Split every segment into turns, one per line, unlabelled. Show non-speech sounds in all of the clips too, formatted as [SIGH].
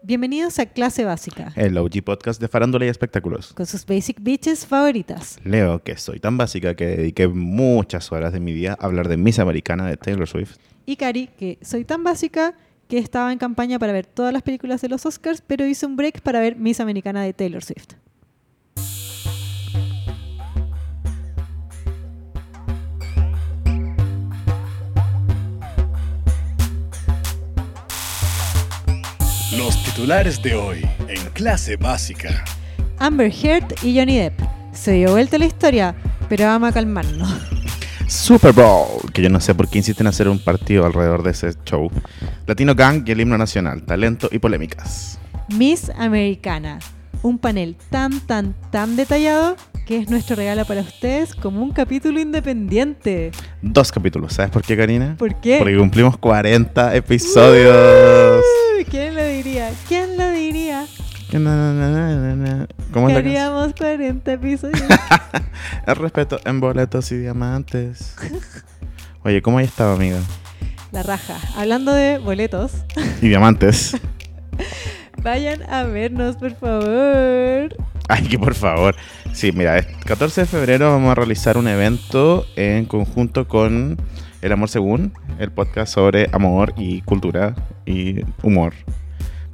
Bienvenidos a Clase Básica,
El OG podcast de farándula y espectáculos.
con sus basic bitches favoritas.
Leo, que soy tan básica que dediqué muchas horas de mi día a hablar de Miss Americana de Taylor Swift.
Y Cari, que soy tan básica que estaba en campaña para ver todas las películas de los Oscars, pero hice un break para ver Miss Americana de Taylor Swift.
Los titulares de hoy en clase básica.
Amber Heard y Johnny Depp. Se dio vuelta la historia, pero vamos a calmarnos.
Super Bowl, que yo no sé por qué insisten en hacer un partido alrededor de ese show. Latino Gang y el himno nacional, talento y polémicas.
Miss Americana. Un panel tan, tan, tan detallado que es nuestro regalo para ustedes como un capítulo independiente.
Dos capítulos, ¿sabes por qué, Karina?
¿Por qué?
Porque cumplimos 40 episodios.
Uy, ¿Quién lo diría? ¿Quién lo diría?
Na, na, na, na, na. ¿Cómo
Que
es la canción?
haríamos 40
[LAUGHS]
episodios.
El respeto en boletos y diamantes. Oye, ¿cómo has estado, amiga?
La raja. Hablando de boletos,
Y diamantes.
vayan a vernos, por favor.
Ay, que por favor. Sí, mira, el 14 de febrero vamos a realizar un evento en conjunto con El Amor Según, el podcast sobre amor y cultura y humor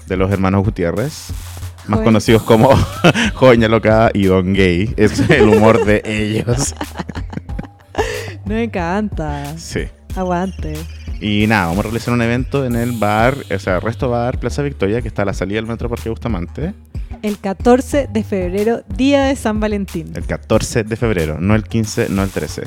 de los hermanos Gutiérrez, más
Joven.
conocidos como [LAUGHS] Joña Loca y Don Gay. Es el humor de ellos.
Nos encanta.
Sí.
Aguante.
Y nada, vamos a realizar un evento en el bar, o sea, Resto Bar Plaza Victoria, que está a la salida del metro Parque Bustamante,
El 14 de febrero, día de San Valentín.
el 14 de febrero, no el 15, no el 13.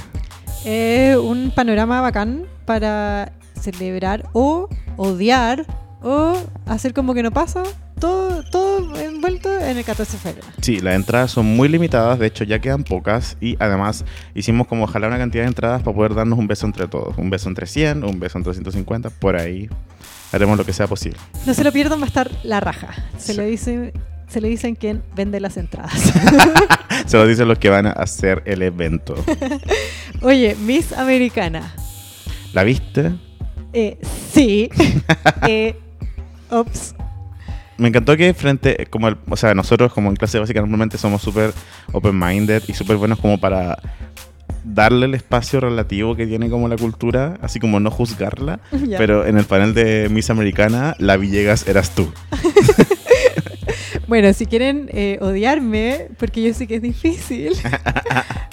Es un panorama bacán para celebrar o odiar o hacer como que no pasa. Todo, todo envuelto en el 14 de febrero.
Sí, las entradas son muy limitadas, de hecho ya quedan pocas y además hicimos como ojalá una cantidad de entradas para poder darnos un beso entre todos, un beso entre 100, un beso entre 150, por ahí haremos lo que sea posible. [LAUGHS]
No se lo pierdan, va a estar la raja. Se
Sí.
lo dicen, se lo dicen quien vende las entradas. [LAUGHS]
Se lo dicen los que van a hacer el evento.
Oye, Miss Americana.
¿La viste?
Eh, sí. eh, ops.
Me encantó que frente, como el- o sea, nosotros como en clase básica normalmente somos súper open-minded y súper buenos como para darle el espacio relativo que tiene como la cultura, así como no juzgarla,
Ya.
pero en el panel de Miss Americana, la Villegas eras tú.
Bueno, si quieren eh, odiarme, porque yo sé que es
[LAUGHS]
difícil.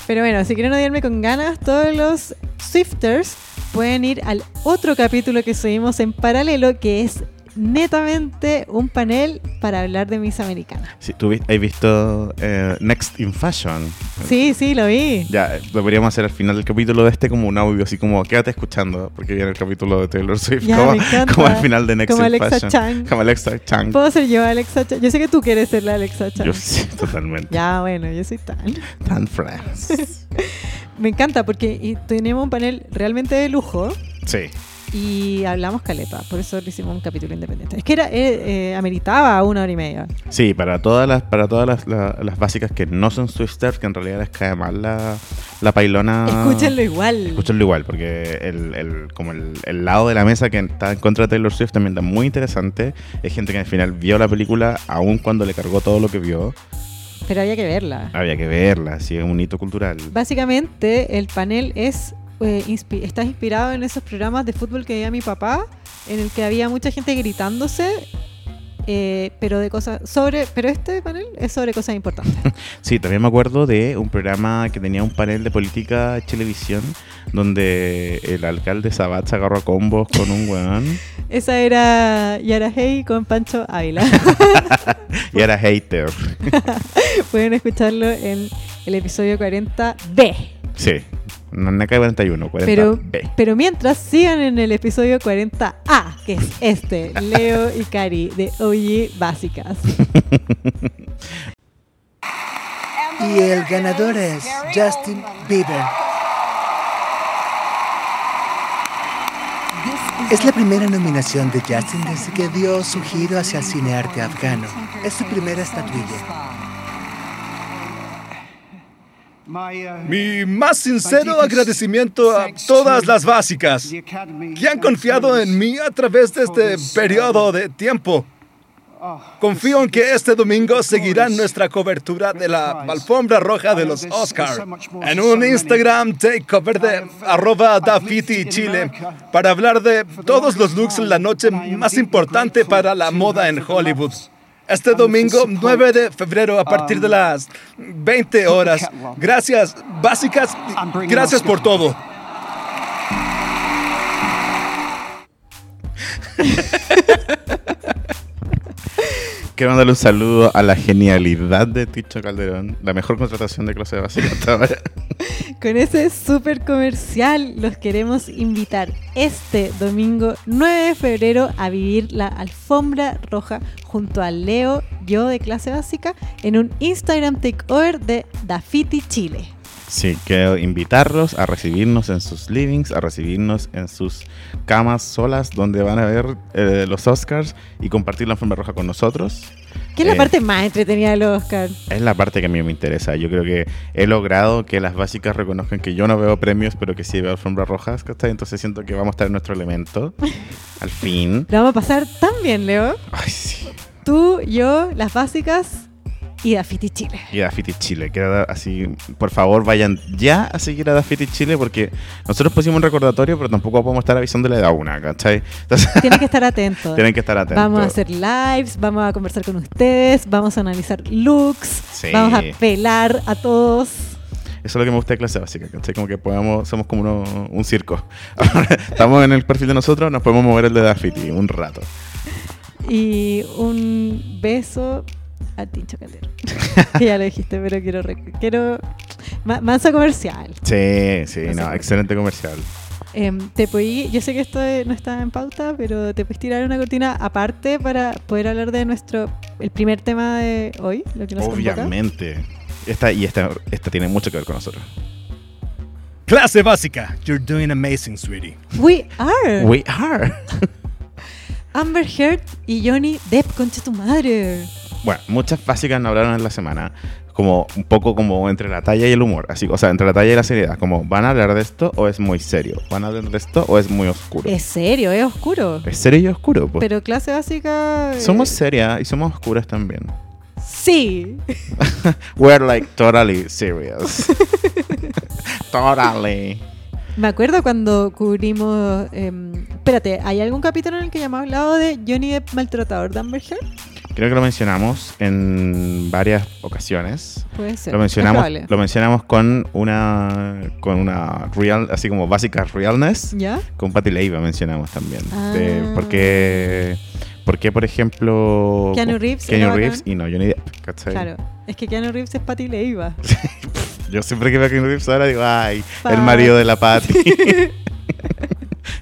pero bueno, si quieren odiarme con ganas, todos los Swifters pueden ir al otro capítulo que subimos en paralelo, que es netamente un panel para hablar de Miss Americana.
Sí, ¿tú vi- has visto eh, Next in Fashion?
Sí, sí, lo vi.
Ya, eh, deberíamos hacer al final del capítulo de este como un audio, así como quédate escuchando, porque viene el capítulo de Taylor Swift,
Ya,
como,
me encanta.
[LAUGHS] como al final de Next
Como
in
Alexa
Fashion.
Chang.
Como Alexa Chang.
Puedo ser yo Alexa Chang. Yo sé que tú quieres ser la Alexa Chang.
Yo sí, [LAUGHS] totalmente.
Ya, bueno, yo soy tan. [LAUGHS]
Tan friends.
Me encanta porque y tenemos un panel realmente de lujo
Sí.
y hablamos caleta, por eso le hicimos un capítulo independiente. Es que era, eh, eh, ameritaba una hora y media.
Sí, para todas las, para todas las, la- las básicas que no son Swifters, que en realidad les cae mal la, la pailona.
Escúchenlo igual.
Escúchenlo igual, porque el, el- como el, el lado de la mesa que está en contra de Taylor Swift también está muy interesante. Es gente que al final vio la película, aun cuando le cargó todo lo que vio.
Pero había que verla.
Había que verla, así es un hito cultural.
Básicamente, el panel es eh, inspi- está inspirado en esos programas de fútbol que veía mi papá, en el que había mucha gente gritándose. eh, pero de cosas sobre pero este panel es sobre cosas importantes
Sí, también me acuerdo de un programa que tenía un panel de política televisión donde el alcalde Sabat se agarró a combos con un weón
esa era Yara Hey con Pancho Ávila
y era hater.
Pueden escucharlo en el episodio 40B.
Sí, no NACA 41, 40
Pero,
B.
pero mientras sigan en el episodio 40A, que es este, Leo y Cari de OG Básicas.
Y el ganador es Justin Bieber. Es la primera nominación de Justin desde que dio su giro hacia el cinearte afgano. Es su primera estatuilla.
Mi más sincero agradecimiento a todas las básicas que han confiado en mí a través de este periodo de tiempo. Confío en que este domingo seguirán nuestra cobertura de la alfombra roja de los Oscars en un Instagram takeover de arroba Dafiti Chile para hablar de todos los looks en la noche más importante para la moda en Hollywood. Este domingo 9 de febrero a partir de las 20 horas. Gracias, básicas. Gracias por todo.
Quiero mandarle un saludo a la genialidad de Ticho Calderón, la mejor contratación de clase básica hasta ahora.
Con ese súper comercial los queremos invitar este domingo 9 de febrero a vivir la alfombra roja junto a Leo, yo de clase básica, en un Instagram takeover de Dafiti Chile.
Sí, quiero invitarlos a recibirnos en sus livings, a recibirnos en sus camas solas donde van a ver eh, los Oscars y compartir la alfombra roja con nosotros.
¿Qué es la
Eh.
parte más entretenida del Oscar?
Es la parte que a mí me interesa. Yo creo que he logrado que las básicas reconozcan que yo no veo premios, pero que sí veo alfombras rojas, ¿cachai? Entonces siento que vamos a estar en nuestro elemento. Al fin.
La vamos a pasar tan bien, Leo.
Ay, sí.
Tú, yo, las básicas y Dafiti Chile.
Y a Dafiti Chile, que era da- así, por favor vayan ya a seguir a Dafiti Chile porque nosotros pusimos un recordatorio, pero tampoco podemos estar avisándole de a una, ¿cachai? Entonces
Tienes que estar
[LAUGHS]
atento.
tienen que estar atentos.
Vamos a hacer lives, vamos a conversar con ustedes, vamos a analizar looks,
Sí.
vamos a pelar a todos.
Eso es lo que me gusta de clase básica, ¿cachai? Como que podamos, somos como uno- un circo. [LAUGHS] Estamos en el perfil de nosotros, nos podemos mover el de Dafiti un rato.
Y un beso a Tincho
[LAUGHS]
Calderón. Que ya lo dijiste, pero quiero. rec- quiero ma- manso comercial.
Sí, sí,
No sé
no,
por qué.
excelente comercial.
Em, te podí- yo sé que esto eh, no está en pauta, pero te puedes tirar una cortina aparte para poder hablar de nuestro. el primer tema de hoy, lo que nos convoca.
Obviamente. Esta, y esta, esta tiene mucho que ver con nosotros.
Clase básica. You're doing amazing, sweetie.
We are
We are. [LAUGHS]
Amber Heard y Johnny Depp, concha tu madre.
Bueno, muchas básicas no hablaron en la semana. Como un poco como entre la talla y el humor. Así, o sea, entre la talla y la seriedad. Como, ¿van a hablar de esto o es muy serio? ¿Van a hablar de esto o es muy oscuro?
Es serio, es oscuro.
Es serio y oscuro, pues.
Pero clase básica. eh,
somos serias y somos oscuras también.
Sí. [LAUGHS]
We're like totally serious. totally.
Me acuerdo cuando cubrimos. em, espérate, ¿hay algún capítulo en el que hayamos hablado de Johnny Depp maltratador de Amber Heard?
Creo que lo mencionamos en varias ocasiones.
Puede ser. es
Lo mencionamos,
probable.
lo mencionamos con una con una real, así como básica realness.
¿Ya?
Con Patti Leiva mencionamos también.
Ah.
De por qué, por qué, por ejemplo,
Keanu Reeves
Keanu
era
Reeves
bacán.
y no Johnny Depp. ¿cachai?
Claro. Es que Keanu Reeves es Patty Leiva.
Yo siempre que veo a Keanu Reeves ahora digo, ay,
Pat.
el marido de la
[LAUGHS]
Patti. [LAUGHS]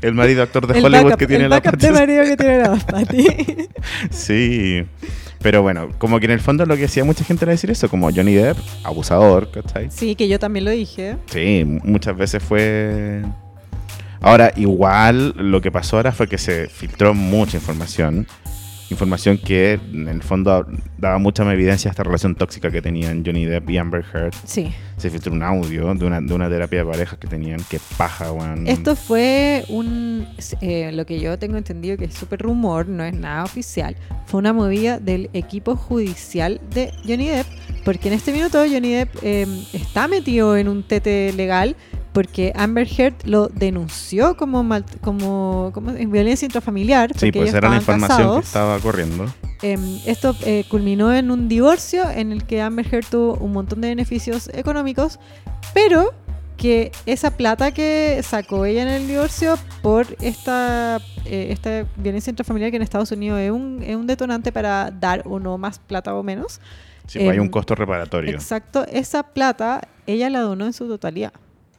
el marido actor de
el
Hollywood
backup,
que tiene
el
la
backup
Patti.
de marido que tiene
[LAUGHS]
la Patty.
Sí. Pero bueno, como que en el fondo lo que hacía mucha gente era decir eso, como Johnny Depp, abusador, ¿cachai?
sí, que yo también lo dije.
Sí, muchas veces fue. Ahora, igual lo que pasó ahora fue que se filtró mucha información. Información que en el fondo daba mucha más evidencia a esta relación tóxica que tenían Johnny Depp y Amber Heard.
Sí.
Se filtró un audio de una, de una terapia de parejas que tenían. que paja, weón.
Esto fue un, eh, lo que yo tengo entendido que es súper rumor, no es nada oficial, fue una movida del equipo judicial de Johnny Depp, porque en este minuto Johnny Depp eh, está metido en un tete legal porque Amber Heard lo denunció como, mal- como, como en violencia intrafamiliar.
Sí,
porque
pues
ellos
era la
estaban
información que
casados.
estaba corriendo.
Eh, esto eh, culminó en un divorcio en el que Amber Heard tuvo un montón de beneficios económicos, pero que esa plata que sacó ella en el divorcio por esta, eh, esta violencia intrafamiliar que en Estados Unidos es un, es un detonante para dar o no más plata o menos.
Sí, pues hay
Em,
un costo reparatorio.
Exacto, esa plata ella la donó en su totalidad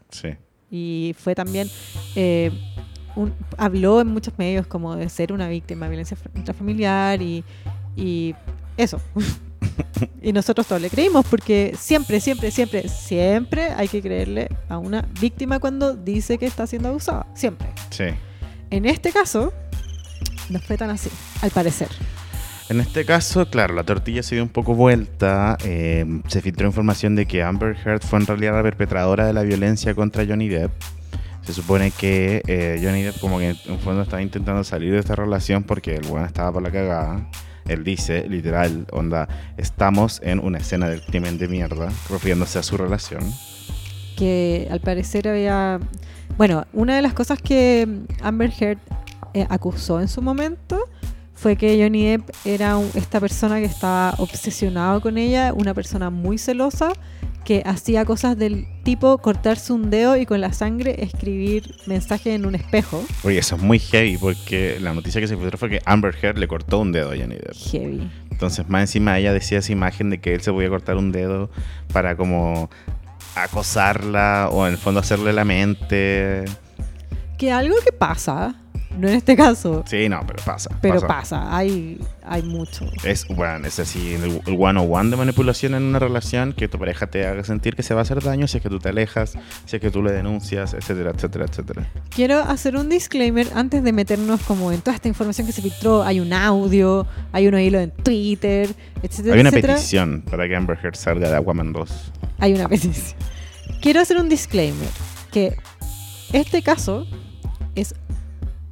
Sí.
y fue también eh, un- habló en muchos medios como de ser una víctima de violencia fra- intrafamiliar y, y eso [LAUGHS] y nosotros todos le creímos porque siempre siempre siempre siempre hay que creerle a una víctima cuando dice que está siendo abusada siempre
Sí.
en este caso no fue tan así al parecer
En este caso, claro, la tortilla se dio un poco vuelta. eh, se filtró información de que Amber Heard fue en realidad la perpetradora de la violencia contra Johnny Depp. Se supone que eh, Johnny Depp como que en el fondo estaba intentando salir de esta relación porque el weón estaba por la cagada. Él dice, literal, onda, estamos en una escena del crimen de mierda, refiriéndose a su relación.
que al parecer había... Bueno, una de las cosas que Amber Heard eh, acusó en su momento fue que Johnny Depp era un- esta persona que estaba obsesionado con ella, una persona muy celosa, que hacía cosas del tipo cortarse un dedo y con la sangre escribir mensajes en un espejo.
Oye, eso es muy heavy porque la noticia que se filtró fue que Amber Heard le cortó un dedo a Johnny Depp.
Heavy.
Entonces, más encima ella decía esa imagen de que él se podía cortar un dedo para como acosarla o en el fondo hacerle la mente.
Que algo que pasa, no en este caso,
Sí, no, pero pasa.
pero pasa, hay, hay mucho.
Es, bueno, es así, el el one-on-one de manipulación en una relación, que tu pareja te haga sentir que se va a hacer daño si es que tú te alejas, si es que tú le denuncias, etcétera, etcétera, etcétera.
Quiero hacer un disclaimer antes de meternos como en toda esta información que se filtró. Hay un audio, hay un hilo en Twitter, etcétera,
Hay una
etcétera.
petición para que Amber Heard salga de Aquaman 2.
Hay una petición. Quiero hacer un disclaimer que este caso es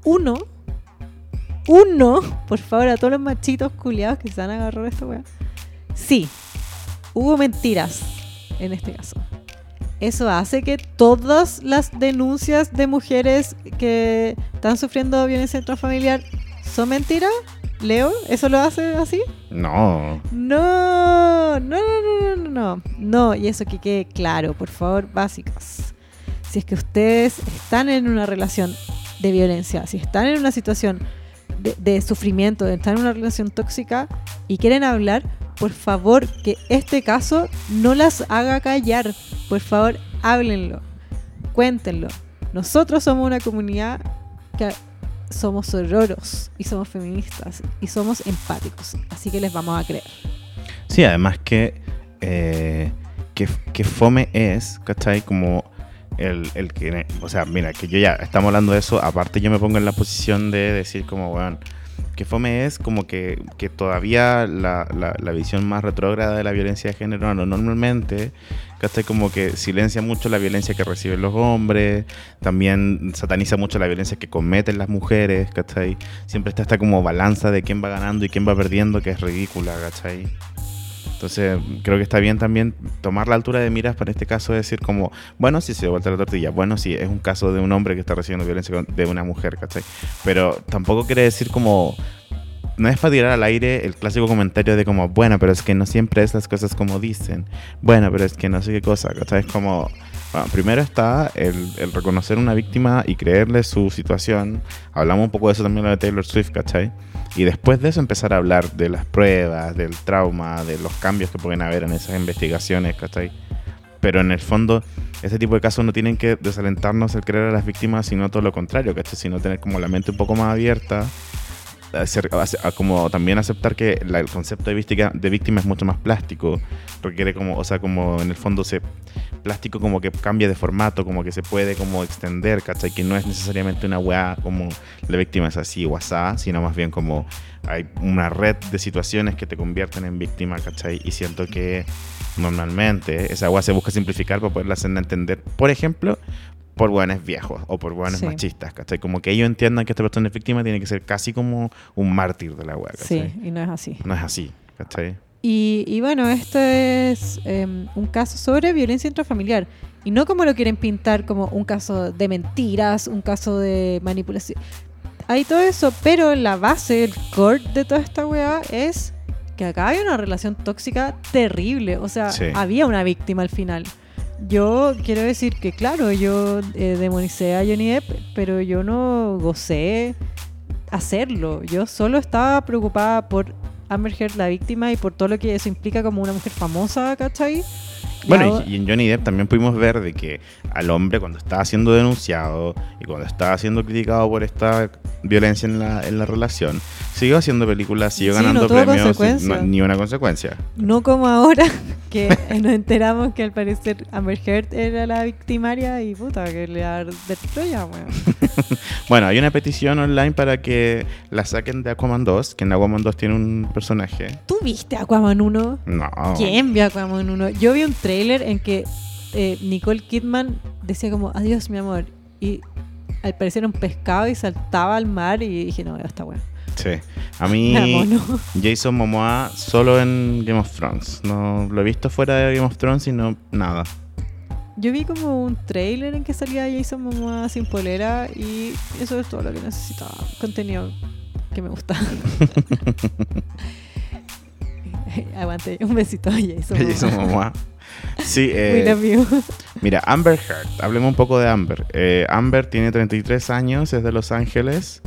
uno, uno, por favor, a todos los machitos culiados que se han agarrado a esta weá. Sí, hubo mentiras en este caso. Eso hace que todas las denuncias de mujeres que están sufriendo violencia intrafamiliar son mentiras. Leo, ¿eso lo hace así?
No.
No, no, no, no, no, no. No, y eso que quede claro, por favor, básicas. Si es que ustedes están en una relación de violencia, si están en una situación de, de sufrimiento, de estar en una relación tóxica y quieren hablar, por favor, que este caso no las haga callar. Por favor, háblenlo, cuéntenlo. Nosotros somos una comunidad que somos sororos y somos feministas y somos empáticos, así que les vamos a creer.
Sí, además que, eh, que, que fome es, ¿cachai? Como el, el que... O sea, mira, que yo ya estamos hablando de eso, aparte yo me pongo en la posición de decir como, weón, que fome es como que, que todavía la, la- la visión más retrógrada de la violencia de género, no, normalmente, ¿cachai? Como que silencia mucho la violencia que reciben los hombres, también sataniza mucho la violencia que cometen las mujeres, ¿cachai? Siempre está esta como balanza de quién va ganando y quién va perdiendo, que es ridícula, ¿cachai? Entonces, creo que está bien también tomar la altura de miras para este caso, de decir como, bueno, si se dio vuelta la tortilla, bueno, si es un caso de un hombre que está recibiendo violencia con- de una mujer, ¿cachai? Pero tampoco quiere decir como, no es para tirar al aire el clásico comentario de como, bueno, pero es que no siempre es las cosas como dicen, bueno, pero es que no sé qué cosa, ¿cachai? Es como, bueno, primero está el, el reconocer una víctima y creerle su situación, hablamos un poco de eso también lo de Taylor Swift, ¿cachai? Y después de eso empezar a hablar de las pruebas, del trauma, de los cambios que pueden haber en esas investigaciones, ¿cachai? Pero en el fondo, este tipo de casos no tienen que desalentarnos el creer a las víctimas, sino todo lo contrario, ¿cachai? Sino tener como la mente un poco más abierta, hacer- hace- a como también aceptar que la- el concepto de víctima, de víctima es mucho más plástico, requiere como, o sea, como en el fondo se plástico como que cambia de formato, como que se puede como extender, ¿cachai? Que no es necesariamente una weá como la víctima es así o asá, sino más bien como hay una red de situaciones que te convierten en víctima, ¿cachai? Y siento que normalmente esa weá se busca simplificar para poderla hacer entender, por ejemplo, por buenos viejos o por buenos
Sí.
machistas, ¿cachai? Como que ellos entiendan que esta persona es víctima tiene que ser casi como un mártir de la weá, Ah, ¿cachai?
Sí, y no es así.
No es así, ¿cachai?
Y, y bueno, esto es eh, un caso sobre violencia intrafamiliar. Y no como lo quieren pintar como un caso de mentiras, un caso de manipulación. Hay todo eso, pero la base, el core de toda esta weá es que acá hay una relación tóxica terrible. O sea,
Sí.
había una víctima al final. Yo quiero decir que, claro, yo eh, demonicé a Johnny Depp, pero yo no gocé hacerlo. Yo solo estaba preocupada por Amber Heard, la víctima, y por todo lo que eso implica como una mujer famosa, ¿cachai? Y
Bueno,
ahora-
y, y en Johnny Depp también pudimos ver de que al hombre cuando estaba siendo denunciado y cuando estaba siendo criticado por esta violencia en la, en la relación, siguió haciendo películas, siguió
Sí,
ganando
no tuvo
premios, sin-
consecuencia.
no- ni una consecuencia.
No como ahora, [LAUGHS] que nos enteramos que al parecer Amber Heard era la victimaria y puta, que le dar de Troya, weón.
Bueno, hay una petición online para que la saquen de Aquaman 2, que en Aquaman 2 tiene un personaje.
¿Tú viste Aquaman 1?
No.
¿Quién vio Aquaman 1? Yo vi un tráiler en que eh, Nicole Kidman decía como, adiós mi amor, y al parecer era un pescado y saltaba al mar y dije, no, esta weón.
Sí. Sí. A mí,
Vámonos.
Jason Momoa solo en Game of Thrones. No lo he visto fuera de Game of Thrones y no nada.
Yo vi como un trailer en que salía Jason Momoa sin polera y eso es todo lo que necesitaba. Contenido que me
[LAUGHS]
gusta. [LAUGHS] Aguante, un besito a Jason. Momoa.
[LAUGHS] Jason Momoa.
[LAUGHS]
Sí, eh,
We love you.
Mira, Amber Heard. Hablemos un poco de Amber. Eh, Amber tiene 33 años, es de Los Ángeles.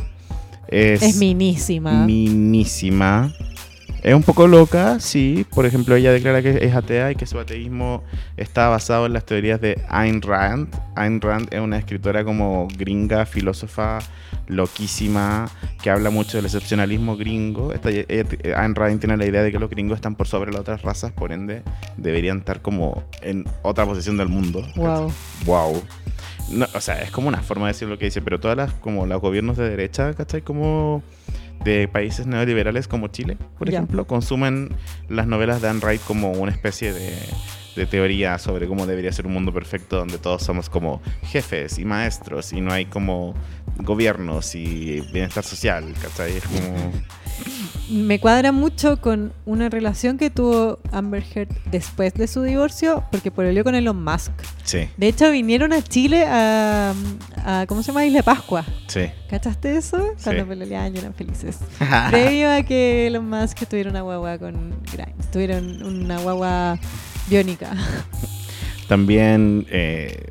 Es,
Es minísima.
minísima. Es un poco loca, sí. Por ejemplo, ella declara que es atea y que su ateísmo está basado en las teorías de Ayn Rand. Ayn Rand es una escritora como gringa, filósofa, loquísima, que habla mucho del excepcionalismo gringo. Esta- ella- eh, Ayn Rand tiene la idea de que los gringos están por sobre las otras razas, por ende, deberían estar como en otra posición del mundo.
Wow.
Wow. No, o sea, es como una forma de decir lo que dice, pero todas las, como los gobiernos de derecha, ¿cachai? Como de países neoliberales como Chile, por
Ya.
ejemplo, consumen las novelas de Anne Wright como una especie de, de teoría sobre cómo debería ser un mundo perfecto donde todos somos como jefes y maestros y no hay como gobiernos y bienestar social, ¿cachai? Es como...
Me cuadra mucho con una relación que tuvo Amber Heard después de su divorcio porque pololeó con Elon Musk.
Sí,
De hecho, vinieron a Chile a, a- ¿cómo se llama? Isla de Pascua.
[LAUGHS] sí.
¿Cachaste eso?
Sí.
Cuando peleaban y eran felices. [LAUGHS] Previo a que Elon Musk tuviera una guagua con Grimes. Tuvieron una guagua biónica. [LAUGHS]
También eh,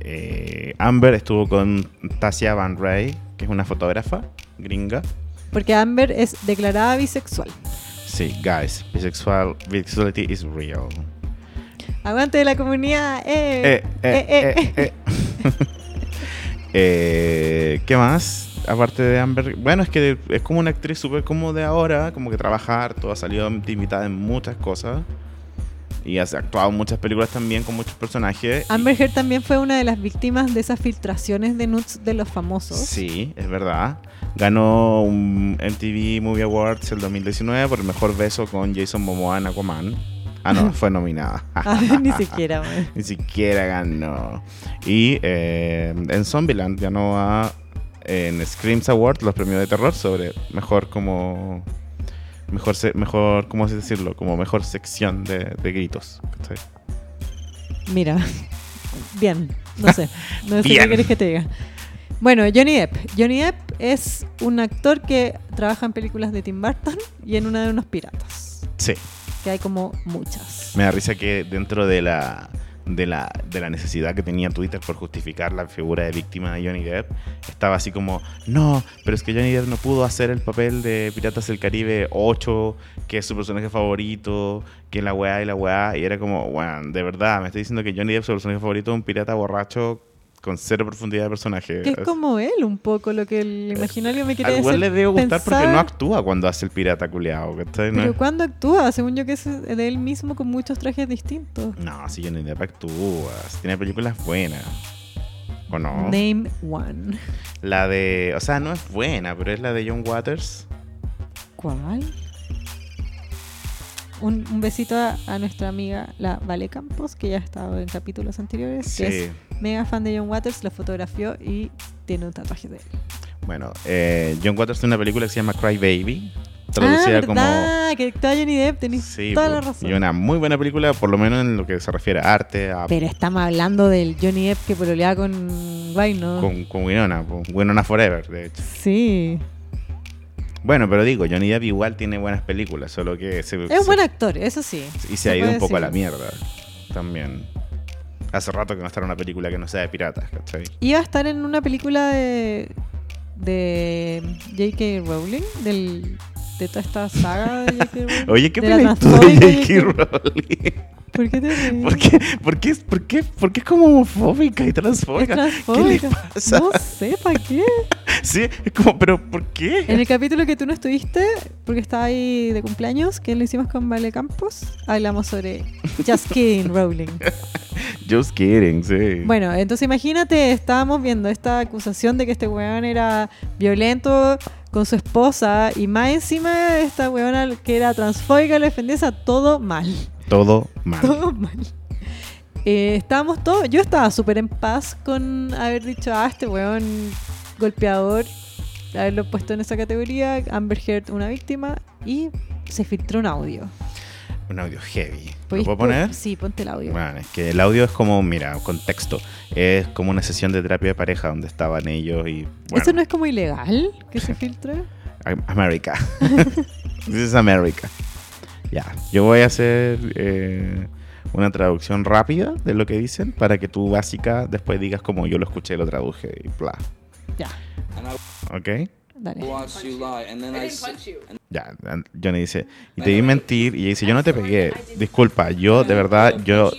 eh, Amber estuvo con Tasia Van Ray, que es una fotógrafa gringa.
Porque Amber es declarada bisexual.
Sí, guys, bisexual, bisexuality is real.
Aguante de la comunidad.
Eh,
¡Eh!
eh, eh, eh. [LAUGHS] Eh, ¿Qué más? Aparte de Amber, bueno, es que es como una actriz súper como de ahora, como que trabaja harto, ha salido invitada en muchas cosas y ha actuado en muchas películas también con muchos personajes. y-
Amber Heard también fue una de las víctimas de esas filtraciones de nudes de los famosos.
Sí, es verdad. Ganó un MTV Movie Awards el 2019 por el mejor beso con Jason Momoa en Aquaman. Ah, no, fue nominada.
[LAUGHS] [LAUGHS] Ah, ni siquiera, man.
Ni siquiera ganó. Y eh, en Zombieland ganó a, en Screams Award los premios de terror sobre mejor como... Mejor, se- mejor ¿cómo se decirlo? Como mejor sección de, de gritos. ¿cachai?
Mira, bien, no sé, no sé
Bien.
qué querés que te diga. Bueno, Johnny Depp. Johnny Depp es un actor que trabaja en películas de Tim Burton y en una de unos piratas,
Sí.
que hay como muchas.
Me da risa que dentro de la, de la, de la necesidad que tenía Twitter por justificar la figura de víctima de Johnny Depp, estaba así como, no, pero es que Johnny Depp no pudo hacer el papel de Piratas del Caribe 8, que es su personaje favorito, que la weá y la weá, y era como, bueno, de verdad, me está diciendo que Johnny Depp su personaje favorito es un pirata borracho con cero profundidad de personaje.
Que es como él un poco lo que el imaginario me quiere
Al
decir.
igual le debo gustar porque
pensar-
no actúa cuando hace el pirata culeado, ¿cachai? No
Pero
es-
cuando actúa, según yo que es de él mismo con muchos trajes distintos.
No, si Johnny Depp actúa. Si tiene películas buenas. ¿O no?
Name one.
La de. O sea, no es buena, pero es la de John Waters.
¿Cuál? Un, un besito a, a nuestra amiga, la Vale Campos, que ya ha estado en capítulos anteriores,
Sí.
que es mega fan de John Waters, lo fotografió y tiene un tatuaje de él.
Bueno, eh, John Waters tiene una película que se llama Cry Baby. Traducida
ah,
como.
¿verdad? Que actúa Johnny Depp, tenés
Sí,
toda
po,
la razón.
Y una muy buena película, por lo menos en lo que se refiere a arte, a,
Pero estamos hablando del Johnny Depp que pololeaba con Wine, ¿no?
con, con Winona, po, Winona Forever, de hecho.
Sí.
Bueno, pero digo, Johnny Depp igual tiene buenas películas, solo que se,
Es
se-
un buen actor, eso sí.
y se
se
ha ido
puede
un poco a la
decir.
mierda también. Hace rato que no está en una película que no sea de piratas, ¿cachai?
Iba a estar en una película de, de J.K. Rowling, del, de toda esta saga de
[LAUGHS]
J.K. Rowling.
Oye, ¿qué
De la
opinas tú de
transfóbica
J.K. Rowling?
¿Por qué te ríes?
[LAUGHS] ¿Por qué, por, qué, por, qué, por qué es como homofóbica y
Es
transfóbica? ¿Qué
transfóbica.
le pasa?
No sé, ¿para qué?
Sí, es como, ¿pero por
En
qué?
el capítulo que tú no estuviste, porque estaba ahí de cumpleaños, que lo hicimos con Vale Campos, hablamos sobre Just Kidding Rowling.
Just kidding, sí.
Bueno, entonces imagínate, estábamos viendo esta acusación de que este weón era violento con su esposa y más encima esta weona que era transfóbica lo defendía, o sea, todo mal, [LAUGHS]
Todo mal.
todo mal. Eh, estábamos todos, yo estaba súper en paz con haber dicho, ah, este weón golpeador haberlo puesto en esa categoría. Amber Heard, una víctima. Y se filtró un audio.
Un audio heavy. ¿Lo
¿Podéis pon-
puedo poner?
Pues, Sí, ponte el audio.
Bueno, es que el audio es como, mira, contexto. Es como una sesión de terapia de pareja donde estaban ellos y. Bueno,
¿Eso no es como ilegal que
[LAUGHS]
se filtre?
Am- America. [LAUGHS] This is America. Ya, yo voy a hacer eh, una traducción rápida de lo que dicen para que tú básica después digas como yo lo escuché, lo traduje y bla.
Ya,
¿Ok?
dale.
watched you lie, and then I, s-
Ya, an- Johnny dice, y te di mentir, y ella dice, yo no te pegué, disculpa, yo de verdad, yo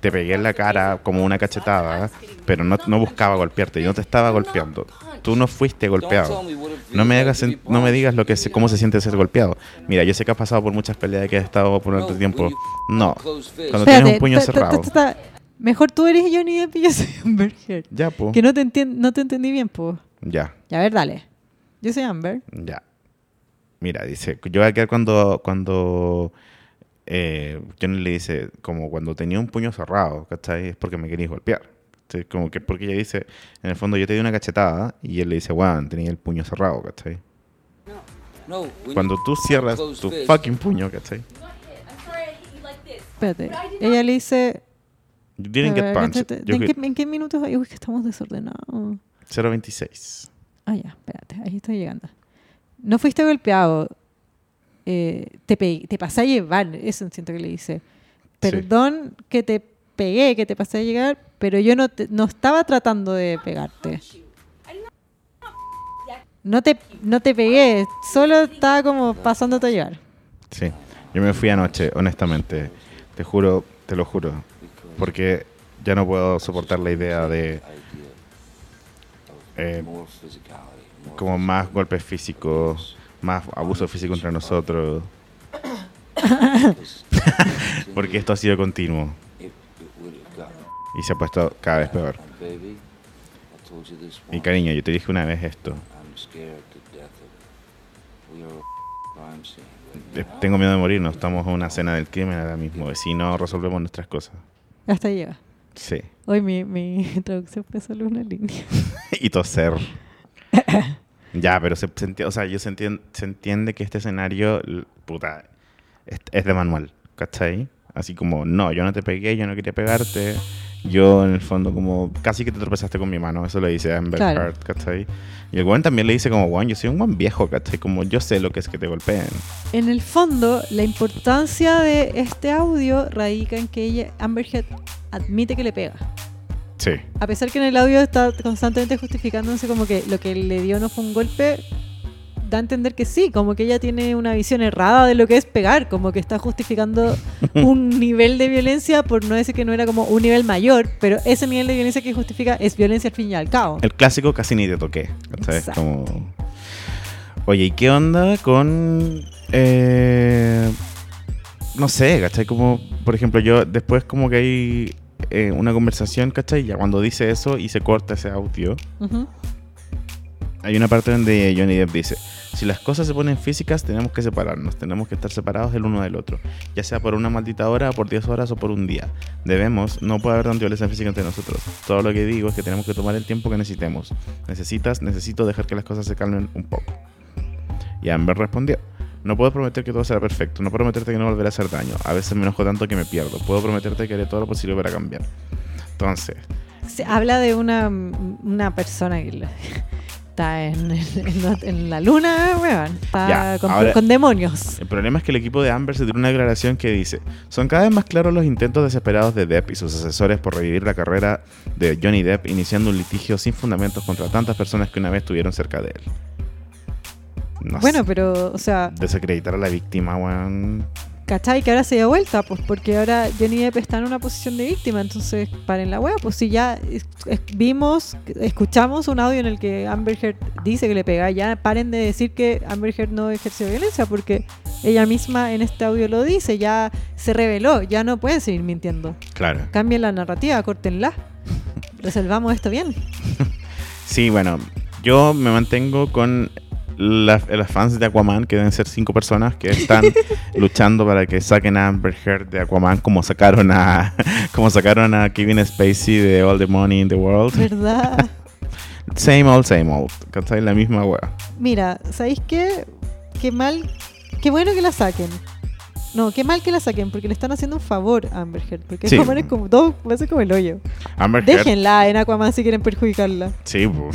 te pegué en la cara como una cachetada, pero no, no buscaba golpearte, yo no te estaba golpeando, tú no fuiste golpeado. No me, hagas, sen- no me digas lo que se- cómo se siente ser golpeado. Mira, yo sé que has pasado por muchas peleas que has estado por tanto tiempo. No, cuando tienes un puño
ta- ta- ta-
cerrado.
ta- ta- Mejor tú eres Johnny Depp y yo soy Amber Heard.
Ya, po.
Que no te, entien- no te entendí bien, po.
Ya,
Ya, a ver, dale. Yo soy Amber.
ya. Mira, dice, yo voy a quedar cuando, cuando eh, Johnny le dice, como cuando tenía un puño cerrado, ¿cachai? Es porque me querías golpear. Entonces, como que porque ella dice, en el fondo yo te di una cachetada y él le dice, weón, tenía el puño cerrado, ¿cachai?
No, when
Cuando
you
tú cierras
close
tu
fist,
fucking puño, ¿cachai?
Espérate. Ella le dice.
You didn't
a
get
ver,
punched.
cachate,
You
¿En,
hit
qué, ¿En qué minutos? Ay, Uy, que estamos desordenados.
0.26.
Ah, ya, espérate, ahí estoy llegando. No fuiste golpeado. eh, te, pe- te pasé a llevar, eso siento que le dice. Perdón que te pegué, que te pasé a llegar, pero yo no, te- no estaba tratando de pegarte. No te, no te pegué, solo estaba como pasándote a llevar.
Sí. Yo me fui anoche, honestamente. Te juro, te lo juro. Porque ya no puedo soportar la idea de eh,
more physicality, more
como más golpes físicos, más abuso físico entre nosotros. [COUGHS] Porque esto ha sido continuo
it, it would have gotten
y se ha puesto cada vez peor.
and baby. I told you this
Y
once.
cariño, yo te dije una vez esto.
I'm scared to death of it. We are a crime scene.
Eh, Tengo miedo de morir, no estamos en una cena del crimen ahora mismo. Si no resolvemos nuestras cosas.
Hasta ahí llega.
Sí. [LAUGHS]
Hoy mi, mi [LAUGHS] traducción fue solo una línea.
y toser. ya, pero se, se enti- o sea, yo se, entien- se entiende que este escenario, l- puta, es, es de manual, ¿cachai? Así como, no, yo no te pegué, yo no quería pegarte. Yo, en el fondo, como, casi que te tropezaste con mi mano. Eso le dice Amber
Claro.
Heard, ¿cachai? Y el weón también le dice como, weón, yo soy un buen viejo, ¿cachai? Como, yo sé lo que es que te golpeen.
En el fondo, la importancia de este audio radica en que ella, Amber Heard admite que le pega.
Sí,
A pesar que en el audio está constantemente justificándose como que lo que le dio no fue un golpe, da a entender que sí, como que ella tiene una visión errada de lo que es pegar, como que está justificando
[LAUGHS]
un nivel de violencia, por no decir que no era como un nivel mayor, pero ese nivel de violencia que justifica es violencia al fin y al cabo.
el clásico casi ni te toqué, ¿cachai?
Exacto.
Como... Oye, ¿y qué onda con... eh, no sé, ¿cachai? Como, por ejemplo, yo después como que hay eh, una conversación, ¿cachai? Ya cuando dice eso y se corta ese audio,
Ujú.
hay una parte donde Johnny Depp dice, si las cosas se ponen físicas, tenemos que separarnos, tenemos que estar separados el uno del otro, ya sea por una maldita hora, por 10 horas o por un día. Debemos, no puede haber tanta violencia física entre nosotros. Todo lo que digo es que tenemos que tomar el tiempo que necesitemos. Necesitas, necesito dejar que las cosas se calmen un poco. Y Amber respondió, no puedo prometer que todo será perfecto, no puedo prometerte que no volveré a hacer daño, a veces me enojo tanto que me pierdo, puedo prometerte que haré todo lo posible para cambiar. Entonces,
Se habla de una, una persona que la- [LAUGHS] está en, en- en la luna, weón. Está
Ya,
con,
ahora-
con demonios.
El problema es que el equipo de Amber se tiró una declaración que dice: Son cada vez más claros los intentos desesperados de Depp y sus asesores por revivir la carrera de Johnny Depp, iniciando un litigio sin fundamentos contra tantas personas que una vez estuvieron cerca de él. No
Bueno,
sé,
pero, o sea,
desacreditar a la víctima, weón.
¿cachai? Que ahora se dio vuelta, pues porque ahora Johnny Depp está en una posición de víctima, entonces paren la weá. Pues si ya es- es- vimos, escuchamos un audio en el que Amber Heard dice que le pega, ya paren de decir que Amber Heard no ejerció violencia, porque ella misma en este audio lo dice, ya se reveló, ya no pueden seguir mintiendo.
Claro.
Cambien la narrativa, córtenla. Resolvamos esto bien.
Sí, bueno, yo me mantengo con la- las fans de Aquaman, que deben ser cinco personas que [LAUGHS] están luchando para que saquen a Amber Heard de Aquaman, como sacaron [LAUGHS] a, como sacaron a Kevin Spacey de All the Money in the World.
¿Verdad?
Same old, same old. ¿Cachai? La misma weá.
Mira, ¿sabéis qué? Qué mal, qué bueno que la saquen. No, qué mal que la saquen, porque le están haciendo un favor a Amber Heard, porque
Sí.
es como, es como, todo va a ser como el hoyo.
Amber Heard.
Déjenla en Aquaman si quieren perjudicarla.
Sí, [LAUGHS] po.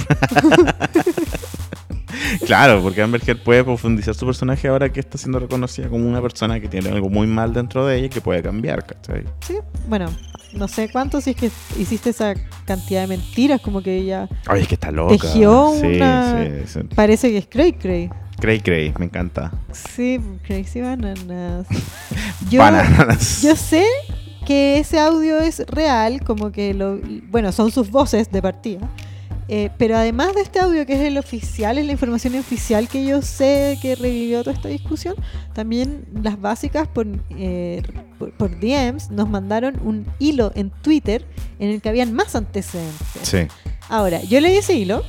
Claro, porque Amber Heard puede profundizar su personaje ahora que está siendo reconocida como una persona que tiene algo muy mal dentro de ella y que puede cambiar, ¿cachai?
Sí, bueno, no sé cuánto si es que hiciste esa cantidad de mentiras, como que ella
Ay, es que está loca.
Tejió
sí,
una-
sí, sí.
parece que es Cray Cray.
Cray Cray, me encanta.
Sí, Crazy
[LAUGHS]
Bananas. Yo, [LAUGHS]
Bananas.
yo sé que ese audio es real, como que lo. Bueno, son sus voces de partida. Eh, pero además de este audio, que es el oficial, es la información oficial que yo sé que revivió toda esta discusión, también las básicas por, eh, por, por DMs nos mandaron un hilo en Twitter en el que habían más antecedentes.
Sí.
Ahora, yo leí ese hilo.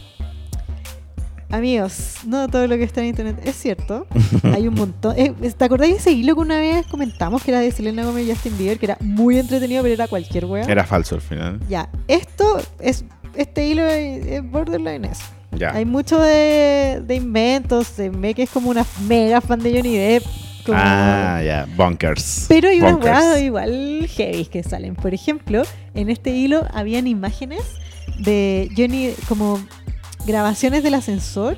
Amigos, no todo lo que está en internet es
[LAUGHS]
cierto. Hay un montón. eh, ¿Te acordáis de ese hilo que una vez comentamos que era de Selena Gomez y Justin Bieber? Que era muy entretenido, pero era cualquier wea.
Era falso al final.
Ya, esto es. Este hilo es es borderline eso.
Ya.
Hay mucho de, de inventos. Se ve que es como una mega fan de Johnny Depp. como-
Ah, ya. Bunkers.
pero hay unas
Bunkers.
weas igual heavy que salen. Por ejemplo, en este hilo habían imágenes de Johnny, como grabaciones del ascensor,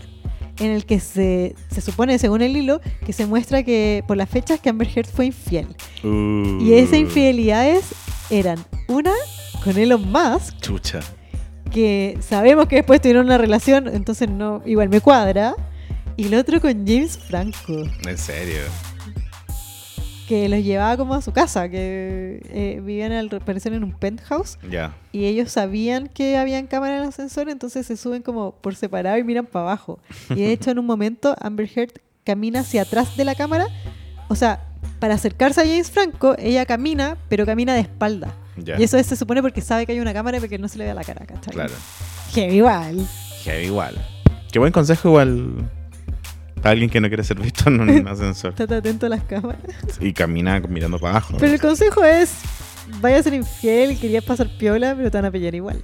en el que se, se supone, según el hilo, que se muestra que por las fechas que Amber Heard fue infiel.
Uh,
Y esas infidelidades eran una con Elon Musk,
Chucha.
que sabemos que después tuvieron una relación, entonces no, igual me cuadra. Y el otro con James Franco.
En serio.
que los llevaba como a su casa, que eh, vivían al parecer en un penthouse
Ya.
y ellos sabían que habían cámara en el ascensor, entonces se suben como por separado y miran para abajo. Y de hecho en un momento Amber Heard camina hacia atrás de la cámara, o sea, para acercarse a James Franco, ella camina, pero camina de espalda.
Ya.
Y eso es- se supone porque sabe que hay una cámara porque no se le vea la cara, ¿cachai?
Claro.
Que igual.
Heavy igual. Qué buen consejo igual. Para alguien que no quiere ser visto en
[LAUGHS]
un ascensor.
Estate atento a las cámaras.
Y camina mirando para abajo.
Pero el consejo es, vaya a ser infiel, querías pasar piola, pero te van a pillar igual.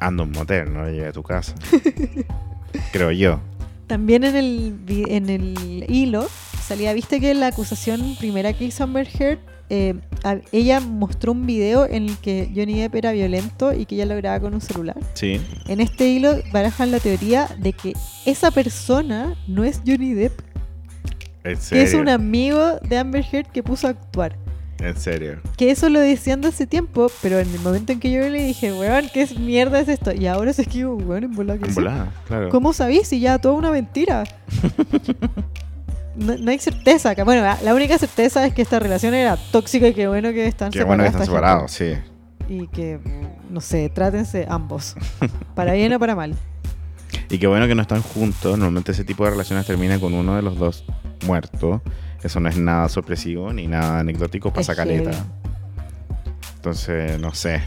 Ando en un motel, no llegué a tu
[LAUGHS]
casa. Creo yo.
También en el, vi- en el hilo salía, viste que la acusación primera que hizo Amber Heard, eh, a- ella mostró un video en el que Johnny Depp era violento y que ella lo grababa con un celular.
Sí.
En este hilo barajan la teoría de que esa persona no es Johnny Depp,
En
que
serio.
es un amigo de Amber Heard que puso a actuar.
En serio.
Que eso lo decían de hace tiempo, pero en el momento en que yo le dije, weón, ¿qué es mierda es esto? Y ahora se escribo, weón, en volada que
En
sí.
volada, claro.
¿Cómo sabís si ya toda una mentira? No, no hay certeza acá. Bueno, la- la única certeza es que esta relación era tóxica y qué bueno que están
Qué bueno que están
esta
separados, sí.
gente. Y que, no sé, trátense ambos. Para bien o para
[LAUGHS]
mal.
Y qué bueno que no están juntos. Normalmente ese tipo de relaciones termina con uno de los dos muerto. Eso no es nada sorpresivo ni nada anecdótico pasa
Es heavy.
caleta. Entonces, no sé.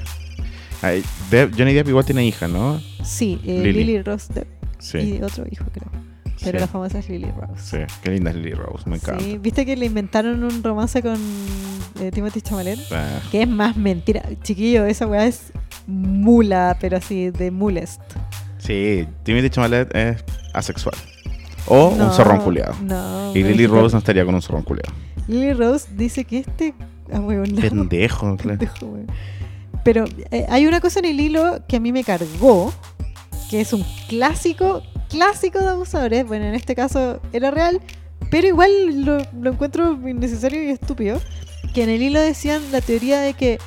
Ay, Depp- Johnny Depp igual tiene hija, ¿no?
Sí, eh,
Lily.
Lily. Rose Depp
Sí.
y otro hijo, creo.
Sí.
Pero la famosa es Lily Rose.
Sí. Qué linda es Lily Rose, me encanta.
Sí, viste que le inventaron un romance con eh, Timothy Chalamet.
Ah,
Que es más mentira. Chiquillo, esa weá es mula, pero así, de mulest.
sí, Timothy Chalamet es asexual. O
No,
un zorrón culiado.
No.
Y Lily
weón,
Rose no estaría con un
[LAUGHS]
zorrón culiado.
Lily Rose dice que este ahueonado,
Pendejo, claro.
[LAUGHS] pendejo, weón. Pero eh, hay una cosa en el hilo que a mí me cargó, que es un clásico, clásico de abusadores. Bueno, en este caso era real, pero igual lo, lo encuentro innecesario y estúpido. Que en el hilo decían la teoría de que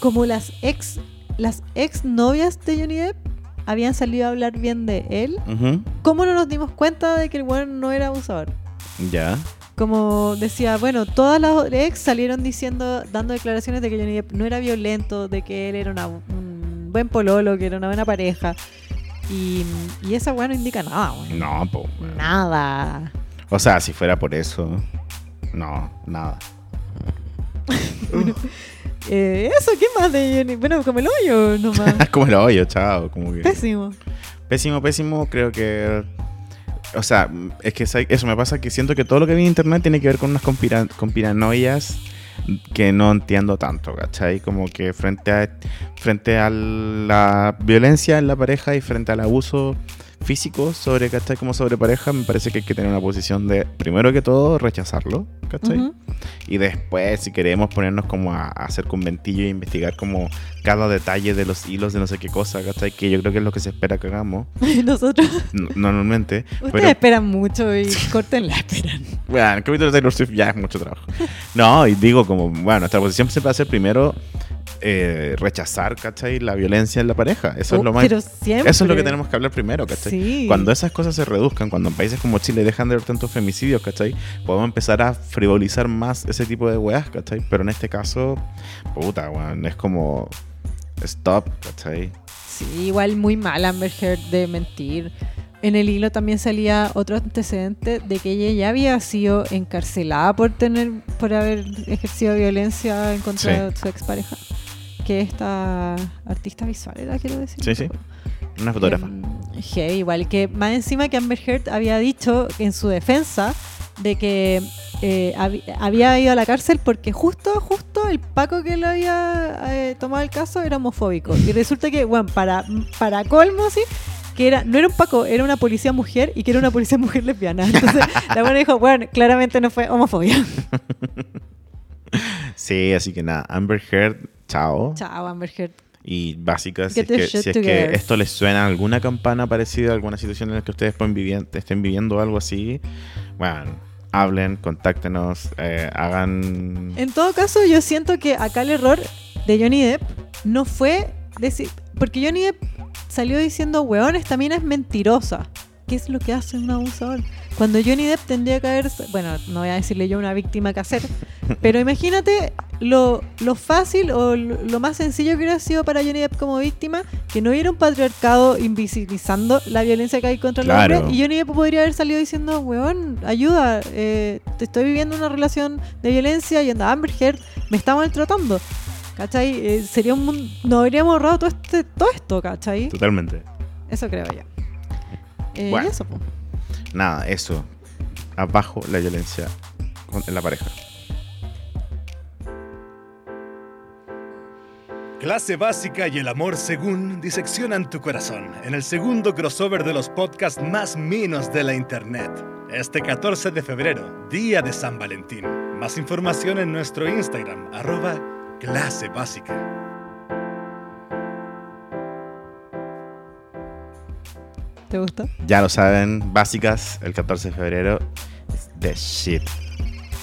como las ex, las ex novias de Johnny Depp habían salido a hablar bien de él,
Ujú,
¿cómo no nos dimos cuenta de que el weón no era abusador?
Ya.
como decía, bueno, todas las ex salieron diciendo, dando declaraciones de que Johnny Depp no era violento, de que él era una- un buen pololo, que era una buena pareja. Y, y esa weá no indica nada, weón.
No, po.
Nada.
O sea, si fuera por eso. No, nada.
Eh, eso, ¿qué más de Johnny? Bueno, como el hoyo nomás.
[LAUGHS] Es como el hoyo, chao. Como que...
Pésimo.
Pésimo, pésimo, creo que. O sea, es que sa- eso me pasa que siento que todo lo que vi en internet tiene que ver con unas conspira- conspiranoias que no entiendo tanto, ¿cachai? Como que frente a, frente a la violencia en la pareja y frente al abuso físico sobre, ¿cachai? Como sobre pareja, me parece que hay que tener una posición de, primero que todo, rechazarlo, ¿cachai?
Ujú. [LAUGHS]
Y después, si queremos ponernos como a, a hacer conventillo e investigar como cada detalle de los hilos de no sé qué cosa, ¿cachai? Que yo creo que es lo que se espera que hagamos,
Nosotros,
n- normalmente.
ustedes
Pero,
esperan mucho
[LAUGHS]
y corten la esperan.
bueno, el capítulo de Taylor Swift ya es mucho
[LAUGHS]
trabajo. No, y digo como, bueno, nuestra posición siempre va a ser primero eh, rechazar, ¿cachai? La violencia en la pareja. Eso es lo más
Uh, Oh, Pero siempre.
Eso es lo que tenemos que hablar primero, ¿cachai?
Sí.
Cuando esas cosas se reduzcan, cuando en países como Chile dejan de haber tantos femicidios, ¿cachai? Podemos empezar a frivolizar más ese tipo de weas, ¿cachai? Pero en este caso, puta, weón, es como. Stop, ¿cachai?
Sí, igual muy mal Amber Heard de mentir. En el hilo también salía otro antecedente de que ella ya había sido encarcelada por tener, por haber ejercido violencia en contra
Sí.
de su expareja. Que esta artista visual era, quiero decir.
Sí, sí. Una fotógrafa.
Em, heavy, igual que más encima que Amber Heard había dicho en su defensa de que eh, habi- había ido a la cárcel porque justo, justo el Paco que lo había eh, tomado el caso era homofóbico. Y resulta que, bueno, para, para colmo, sí, que era, no era un Paco, era una policía mujer y que era una policía mujer lesbiana. Entonces la buena dijo, bueno, claramente no fue homofobia. [LAUGHS]
Sí, así que nada, Amber Heard, chao.
Chao, Amber Heard.
Y básica, si,
Get
es
your
que,
shit
si es que
together.
esto les suena a alguna campana parecida, a alguna situación en la que ustedes pueden vivien- estén viviendo algo así, bueno, hablen, contáctenos, eh, hagan.
En todo caso, yo siento que acá el error de Johnny Depp no fue decir. Porque Johnny Depp salió diciendo, weón, esta mina es mentirosa. ¿Qué es lo que hace un abusador? Cuando Johnny Depp tendría que haber. Bueno, no voy a decirle yo una víctima que
[LAUGHS]
hacer. Pero imagínate lo, lo fácil o lo lo más sencillo que hubiera sido para Johnny Depp como víctima que no hubiera un patriarcado invisibilizando la violencia que hay contra el
Claro.
hombre. Y Johnny Depp podría haber salido diciendo, weón, ayuda, eh, te estoy viviendo una relación de violencia y anda, Amber Heard me está maltratando. ¿Cachai? Eh, sería un mundo... Nos habríamos ahorrado todo, este, todo esto, ¿cachai?
Totalmente.
Eso creo yo. Eh,
Bueno.
y eso, po.
Nada, eso. Abajo la violencia con- en la pareja.
Clase básica y el amor según diseccionan tu corazón en el segundo crossover de los podcasts más minos de la internet. Este 14 de febrero, día de San Valentín. Más información en nuestro Instagram, arroba clase básica.
¿Te gustó?
Ya lo saben, básicas, el 14 de febrero. es The shit.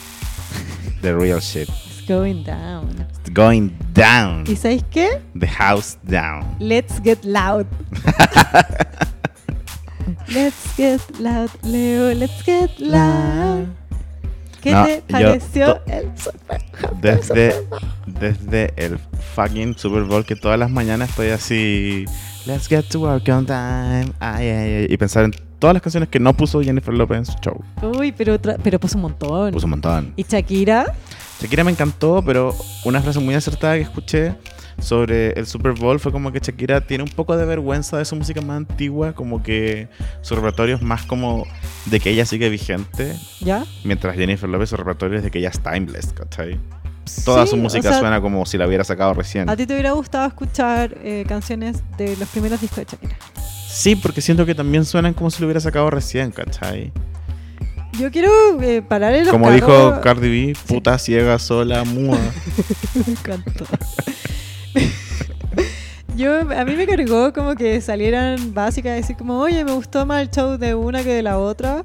[LAUGHS] The real shit.
It's going down.
It's going down.
¿Y sabéis qué?
The house down.
Let's get
[LAUGHS]
loud. let's get loud, Leo. Let's get loud. ¿Qué
No,
te
yo
pareció
to-
el super
Desde, desde el fucking Super Bowl que todas las mañanas estoy así. Let's get to work on time. Ay, ay, ay", Y pensar en todas las canciones que no puso Jennifer Lopez en su show.
Uy, pero, otra- pero puso un montón.
Puso un montón.
¿Y Shakira?
Shakira me encantó, pero una frase muy acertada que escuché sobre el Super Bowl fue como que Shakira tiene un poco de vergüenza de su música más antigua, como que su repertorio es más como de que ella sigue vigente,
¿Ya?
mientras Jennifer López su repertorio es de que ella es timeless, ¿cachai? Toda
Sí,
su música
o sea,
suena como si la hubiera sacado recién.
¿A ti te hubiera gustado escuchar eh, canciones de los primeros discos de Shakira?
Sí, porque siento que también suenan como si lo hubiera sacado recién, ¿cachai?
Yo quiero eh, parar en los
Como
carros-
dijo Cardi B, puta ciega,
[LAUGHS]
sola, muda.
Me encantó. Yo, a mí me cargó como que salieran básicas a decir como, oye, me gustó más el show de una que de la otra.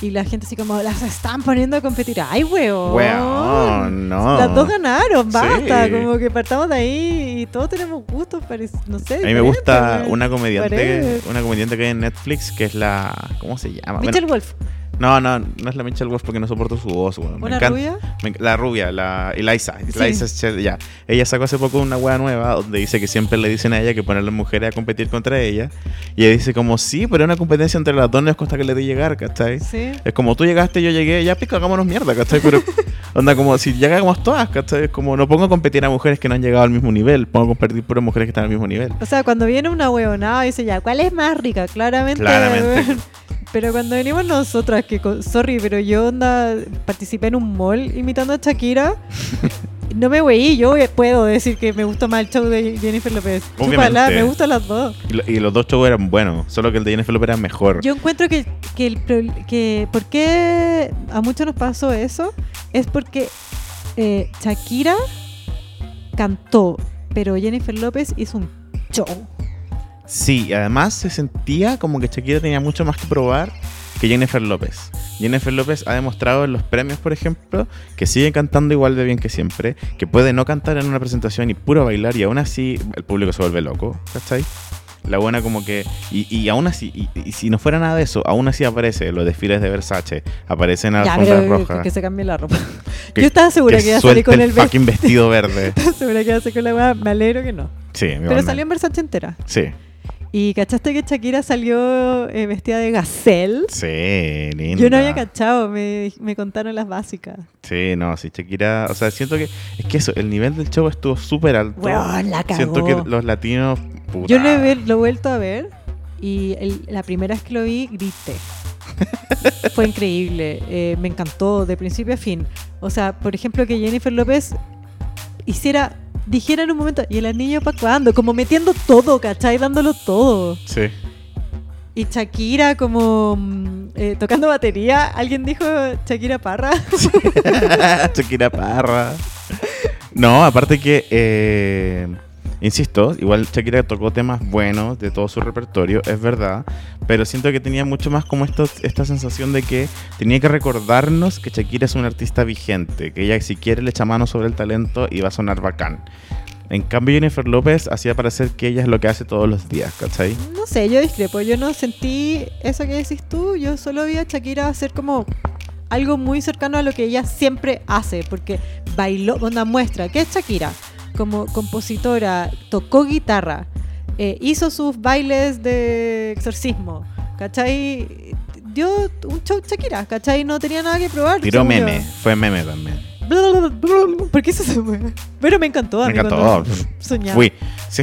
Y la gente así como, las están poniendo a competir. ¡Ay, weón!
Weón, no.
Las dos ganaron, basta.
Sí.
Como que partamos de ahí y todos tenemos gustos, parec- no sé.
A mí me
diferentes,
gusta
weón.
una comediante,
Whatever.
una comediante que hay en Netflix que es la ¿cómo se llama? Bueno,
Mitchell Wolf,
no, no, no es la Michelle Wolf porque no soporto su voz, weón. Me
una
encanta-
rubia.
me enc- la rubia, la Eliza,
Sí.
Eliza Shell, ya. Ella sacó hace poco una wea nueva donde dice que siempre le dicen a ella que poner a las mujeres a competir contra ella y ella dice como sí, pero es una competencia entre las dos no es cosa que le dé llegar, ¿cachai?
Sí.
Es como tú llegaste, yo llegué, ya pico, hagámonos mierda, ¿cachai? Pero [LAUGHS] onda como si llegamos todas, ¿cachai? Es como no pongo a competir a mujeres que no han llegado al mismo nivel, pongo a competir por mujeres que están al mismo nivel.
O sea, cuando viene una huevonada dice ya, ¿cuál es más rica? Claramente.
Claramente.
weón. [LAUGHS] Pero cuando venimos
[LAUGHS]
nosotras, que, co- sorry, pero yo onda, participé en un mall imitando a Shakira. No me weí, yo puedo decir que me gusta más el show de Jennifer López.
Obviamente.
Chúpala, me gustan las dos.
Y, lo- y los dos shows eran buenos, solo que el de Jennifer López era mejor.
Yo encuentro que, que, el, pro- que por qué a muchos nos pasó eso es porque eh, Shakira cantó, pero Jennifer López hizo un show.
Sí, y además se sentía como que Shakira tenía mucho más que probar que Jennifer López. Jennifer López ha demostrado en los premios, por ejemplo, que sigue cantando igual de bien que siempre, que puede no cantar en una presentación y puro bailar y aún así el público se vuelve loco, ¿cachai? La buena como que... Y, y aún así, y, y si no fuera nada de eso, aún así aparece en los desfiles de Versace, aparecen en las
Ya,
alfombras
pero
rojas.
que se cambie la
[LAUGHS]
ropa.
que-
Yo estaba segura que, iba a salir
suelte
con
el
el vestido.
fucking
[LAUGHS]
vestido verde.
Estaba segura que iba a salir con la weá. Me alegro que no.
Sí,
Pero
igualmente.
salió en Versace entera.
Sí,
Y cachaste que Shakira salió eh, vestida de gazelle.
sí, lindo.
Yo no había cachado, me, me contaron las básicas.
Sí, no, sí, Shakira. O sea, siento que. Es que eso, el nivel del show estuvo súper alto.
Weón, la cagó.
siento que los latinos. puta.
Yo lo he, ver- lo he vuelto a ver y el- la primera vez que lo vi grité. Fue increíble, eh, me encantó de principio a fin. O sea, por ejemplo, que Jennifer López hiciera, dijera en un momento, ¿y el anillo para cuándo? Como metiendo todo, ¿cachai? Dándolo todo.
Sí.
Y Shakira como mm, eh, tocando batería. ¿Alguien dijo Shakira Parra?
[LAUGHS] Shakira Parra. No, aparte que. eh, Insisto, igual Shakira tocó temas buenos de todo su repertorio, es verdad, pero siento que tenía mucho más como esto, esta sensación de que tenía que recordarnos que Shakira es una artista vigente, que ella si quiere le echa mano sobre el talento y va a sonar bacán. En cambio Jennifer López hacía parecer que ella es lo que hace todos los días, ¿cachai?
No sé, yo discrepo. Yo no sentí eso que decís tú. Yo solo vi a Shakira hacer como algo muy cercano a lo que ella siempre hace. Porque bailó, onda muestra. ¿Qué es Shakira? Como compositora, tocó guitarra, eh, hizo sus bailes de exorcismo. ¿Cachai? Dio un show Shakira, ¿cachai? No tenía nada que probar.
Tiró
según yo.
meme, fue meme también.
¿Por qué eso se mueve? Pero me encantó.
Me
amigo,
encantó.
¿no? Soñaba.
Fui, sí.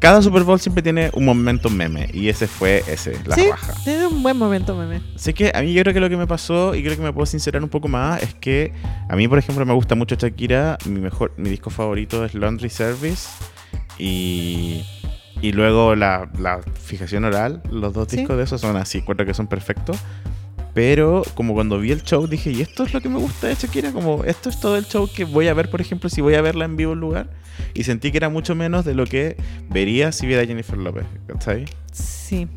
Cada Super Bowl siempre tiene un momento meme y ese fue ese, la
sí,
raja.
tiene un buen momento, meme.
Sé que a mí yo creo que lo que me pasó y creo que me puedo sincerar un poco más es que a mí por ejemplo me gusta mucho Shakira, mi mejor mi disco favorito es Laundry Service y y luego la, la fijación oral, los dos
Sí.
discos de esos son así, cuatro que son perfectos. Pero como cuando vi el show dije, y esto es lo que me gusta de Shakira, como esto es todo el show que voy a ver, por ejemplo, si voy a verla en vivo en un lugar. Y sentí que era mucho menos de lo que vería si viera a Jennifer López, ¿cachai?
Sí.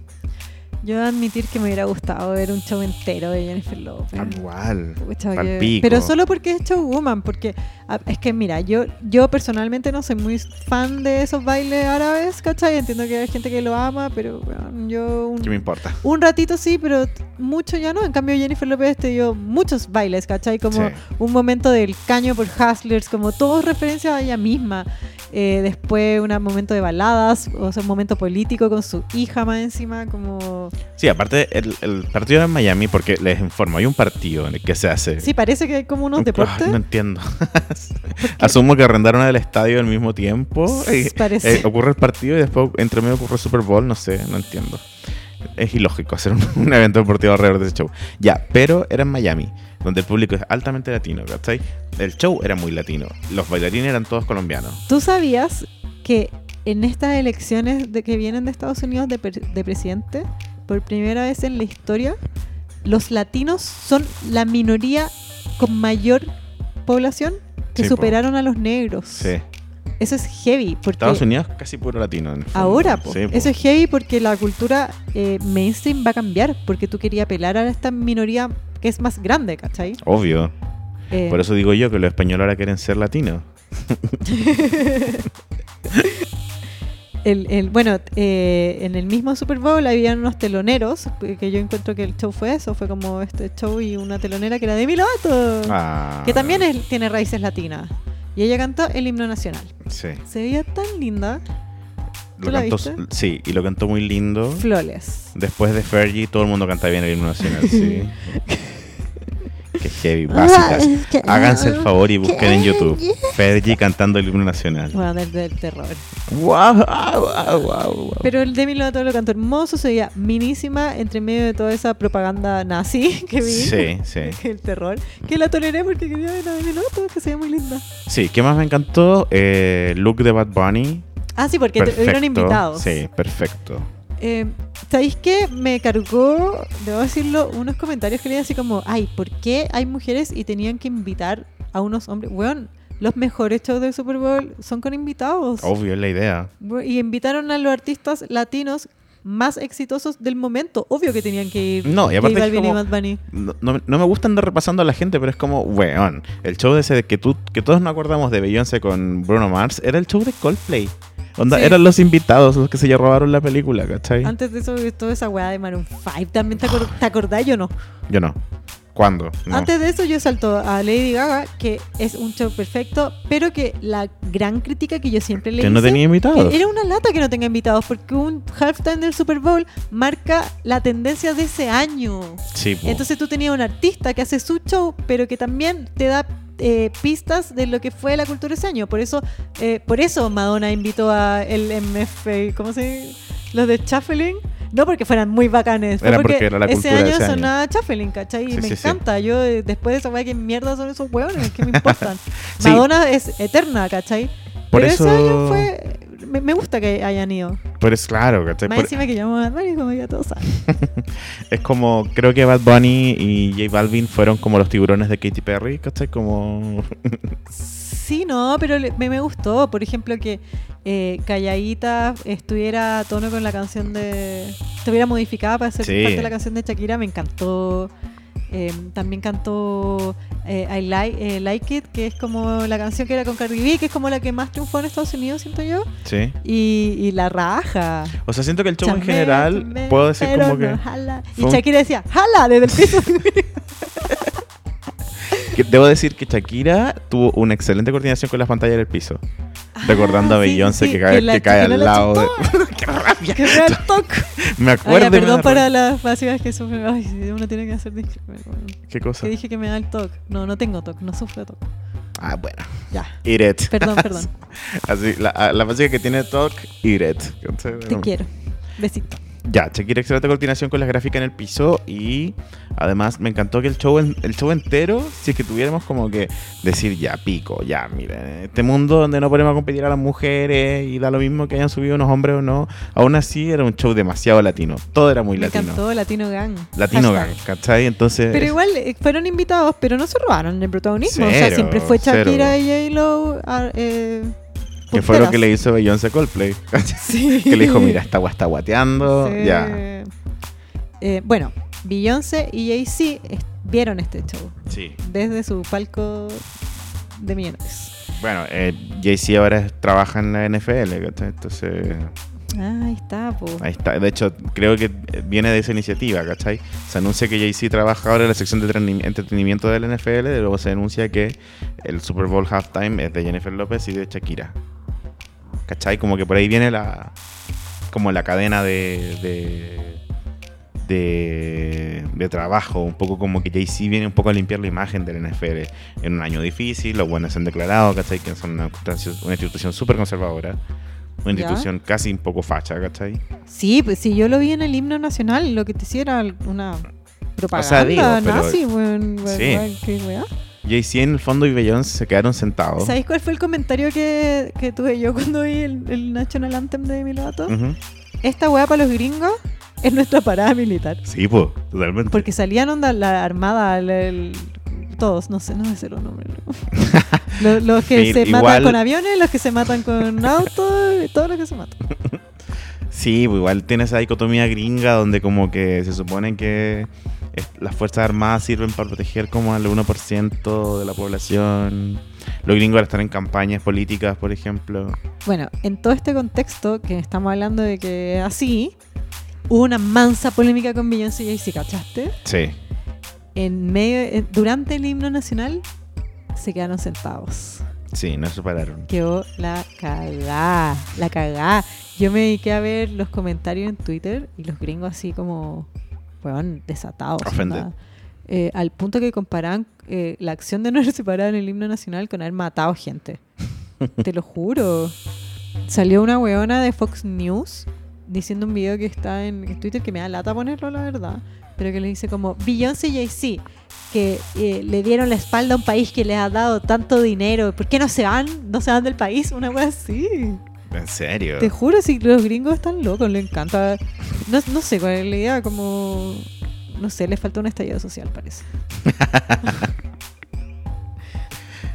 Yo he de admitir que me hubiera gustado ver un show entero de Jennifer López.
Igual.
Pucha,
pal
que-
pico.
Pero solo porque es showwoman, porque ah, es que mira, yo yo personalmente no soy muy fan de esos bailes árabes, ¿cachai? Entiendo que hay gente que lo ama, pero weón, yo un,
¿Qué me importa?
un ratito sí, pero t- mucho ya no. En cambio Jennifer López te dio muchos bailes, ¿cachai? Como
Sí.
un momento del caño por Hustlers, como todos referencias a ella misma. Eh, después un momento de baladas, o sea, un momento político con su hija más encima, como...
Sí, aparte el, el partido era en Miami porque les informo, hay un partido en el que se hace.
Sí, parece que hay como unos
Un-
deportes. [LAUGHS]
No entiendo. Asumo que arrendaron el estadio al mismo tiempo. y,
S- parece.
eh, ocurre el partido y después entre medio ocurre el Super Bowl, no sé, no entiendo. Es ilógico hacer un, [LAUGHS] un evento deportivo alrededor de ese show. Ya, pero era en Miami, donde el público es altamente latino, ¿cachai? El show era muy latino. Los bailarines eran todos colombianos.
¿Tú sabías que en estas elecciones de que vienen de Estados Unidos de, pre- de presidente, por primera vez en la historia, los latinos son la minoría con mayor población que
Sí, po.
superaron a los negros?
Sí.
Eso es heavy, porque
Estados Unidos casi puro latino. en el fondo.
ahora, po,
Sí, po.
eso es heavy porque la cultura eh, mainstream va a cambiar, porque tú querías apelar a esta minoría que es más grande, ¿cachai?
Obvio.
Eh,
Por eso digo yo que los españoles ahora quieren ser latinos.
El, el- bueno, eh, en el mismo Super Bowl habían unos teloneros, que que yo encuentro que el show fue eso, fue como este show y una telonera que era de Lovato,
Ah,
que también es- tiene raíces latinas. Y ella cantó el himno nacional.
Sí.
Se veía tan linda, ¿Tú
Lo
la
cantó-
viste?
sí, y lo cantó muy lindo.
flores. [LAUGHS]
Después de Fergie, todo el mundo canta bien el himno nacional, sí. Qué heavy, básicas.
es que-
Háganse el favor y busquen en
¿Qué?
YouTube. Fergie cantando el himno nacional.
Bueno, del, del terror.
Wow, wow, wow, wow.
Pero el Demi Lovato lo cantó hermoso, se veía minísima entre medio de toda esa propaganda nazi [LAUGHS] que vi.
Sí, sí.
El terror. Que la toleré porque quería ver a Demi Lovato, que se ve muy linda.
Sí, ¿qué más me encantó? Eh, look de Bad Bunny.
Ah, sí, porque
perfecto.
tuvieron invitados.
Sí, perfecto.
Eh, ¿Sabéis qué? Me cargó, debo decirlo, unos comentarios que leí así como, ay, ¿por qué hay mujeres y tenían que invitar a unos hombres? Weón, los mejores shows del Super Bowl son con invitados.
Obvio es la idea.
We- Y invitaron a los artistas latinos más exitosos del momento. Obvio que tenían que ir.
No,
J
y aparte es
Balvin y
como-
Bad Bunny.
No, no- no me gusta andar repasando a la gente, pero es como, weón, el show de ese que, tú, que todos nos acordamos de Beyoncé con Bruno Mars era el show de Coldplay. Onda,
Sí.
eran los invitados los que se ya robaron la película, ¿cachai?
Antes de eso, toda esa weá de Maroon 5. ¿También te, acor- te acordás? Yo no.
Yo no. ¿Cuándo? No.
Antes de eso yo salto a Lady Gaga, que es un show perfecto, pero que la gran crítica que yo siempre le
que no
hice-
tenía invitados.
Que Era una lata que no tenga invitados, porque un halftime del Super Bowl marca la tendencia de ese año.
Sí, po.
Entonces tú tenías un artista que hace su show, pero que también te da eh, pistas de lo que fue la cultura ese año. Por eso, eh, por eso Madonna invitó a el MF, ¿cómo se Los de Shuffling. No porque fueran muy bacanes, fue
Era porque era la
ese
cultura de
año
ese año.
sonaba Shuffling, ¿cachai? Y
Sí,
me
sí, sí.
encanta. Yo eh, después de esa weá, ¿qué mierda son esos hueones?
[LAUGHS]
¿Qué me importan?
Sí.
Madonna es eterna, ¿cachai?
Por
Pero
eso-
ese año fue... Me, me gusta que hayan ido.
Pero es claro, ¿cachai?
Más
Por-
encima que llamó a Mario, como ya todos saben.
es como, creo que Bad Bunny y J Balvin fueron como los tiburones de Katy Perry, ¿cachai? Como... [LAUGHS]
Sí, no, pero le- me, me gustó, por ejemplo, que eh, Calladita estuviera a tono con la canción de... Estuviera modificada para ser
Sí.
parte de la canción de Shakira, me encantó. Eh, también cantó eh, I like, eh, like It, que es como la canción que era con Cardi B, que es como la que más triunfó en Estados Unidos, siento yo.
Sí.
Y, y la raja.
O sea, siento que el show en
Chamé,
general,
chamé,
puedo decir
pero
como
no
que...
jala. Y
fue un-
Shakira decía, jala desde el piso.
Que Debo decir que Shakira tuvo una excelente coordinación con las pantallas del piso. [LAUGHS] Recordando a
Ah, sí,
Beyoncé
sí,
que cae,
la
que cae
Shakira
al
la
lado de...
chutó. ¡Qué
[LAUGHS]
real toque!
Me
Ay, ya,
acuerdo. y me
perdón
da
para
rabia.
las básicas que sufren. Ay, sí, uno tiene que hacer disclaimer. bueno.
¿Qué cosa?
Que dije que me da el TOC. No, no tengo TOC, no sufro
[LAUGHS]
TOC.
Ah, bueno.
Ya.
Eat it.
Perdón, perdón.
Así, la, a- la básica que tiene Talk, eat it. Entonces,
Te
bueno.
quiero. Besito.
Ya, Shakira, excelente coordinación con las gráficas en el piso y además me encantó que el show, en- el show entero, si es que tuviéramos como que decir ya, pico, ya, miren, este mundo donde no podemos competir a las mujeres y da lo mismo que hayan subido unos hombres o no, aún así era un show demasiado latino, todo era muy
me
latino.
encantó Latino Gang.
Latino
Hashtag.
gang, ¿cachai? Entonces...
Pero igual eh, fueron invitados, pero no se robaron el protagonismo. o sea,
Cero,
siempre fue Shakira
cero.
y J-Lo. ah, Eh,
que fue lo
[LAUGHS]
que le
punteras.
hizo Beyoncé a Coldplay.
Sí.
que le dijo, mira, esta guay está guateando.
Sí.
Ya.
Eh, bueno, Beyoncé y Jay-Z es- vieron este show
Sí.
desde su palco de millonarios.
Bueno, eh, Jay-Z ahora trabaja en la NFL, ¿cachai? Entonces...
Ah, ahí está, po.
Ahí está. De hecho, creo que viene de esa iniciativa, ¿cachai? Se anuncia que Jay-Z trabaja ahora en la sección de entreni- entretenimiento del NFL, y luego se anuncia que el Super Bowl halftime es de Jennifer López y de Shakira. ¿Cachai? Como que por ahí viene la. como la cadena de. de de, de trabajo, un poco como que Jay-Z viene un poco a limpiar la imagen del NFL en un año difícil, los buenos se han declarado, ¿cachai? Que son una, instancia- una institución súper conservadora, una
Ya.
institución casi un poco facha, ¿cachai?
Sí, pues sí, yo lo vi en el himno nacional, lo que te hiciera una propaganda
digo, pero-
nazi, weón, weón,
Sí.
weón, qué weá.
Jay-Z en el fondo y Beyoncé se quedaron sentados.
¿Sabéis cuál fue el comentario que, que tuve yo cuando vi el, el National Anthem de Milato?
Ujú.
Esta weá para los gringos es nuestra parada militar.
Sí, pues, totalmente.
Porque salían onda la armada, el- el- todos, no sé, no me sé los nombres.
[LAUGHS]
Lo- los, que
Sí,
se
igual-
matan con aviones, los que se matan con autos, todos los que se matan.
Sí, pues, igual tiene esa dicotomía gringa donde como que se supone que es- las Fuerzas Armadas sirven para proteger como al 1% de la población. Los gringos ahora están en campañas políticas, por ejemplo.
Bueno, en todo este contexto que estamos hablando de que es así, hubo una mansa polémica con Beyoncé y Jay-Z, ¿cachaste?
Sí.
En medio, eh, durante el himno nacional se quedaron sentados.
Sí, no se separaron.
Quedó la cagá, la cagá. Yo me dediqué a ver los comentarios en Twitter y los gringos así como, weón, desatados.
Offended.
onda. eh, al punto que comparaban eh, la acción de no [LAUGHS] haber separado en el himno nacional con haber matado gente. Te lo juro. Salió una weona de Fox News diciendo un video que está en Twitter que me da lata ponerlo, la verdad. Pero que le dice como Beyoncé y Jay-Z, que eh, le dieron la espalda a un país que les ha dado tanto dinero. ¿Por qué no se van? ¿No se van del país? Una wea así.
En serio.
Te juro, si los gringos están locos, les encanta. No, no sé cuál es la idea, como. No sé, les falta un estallido social,
[LAUGHS]
parece.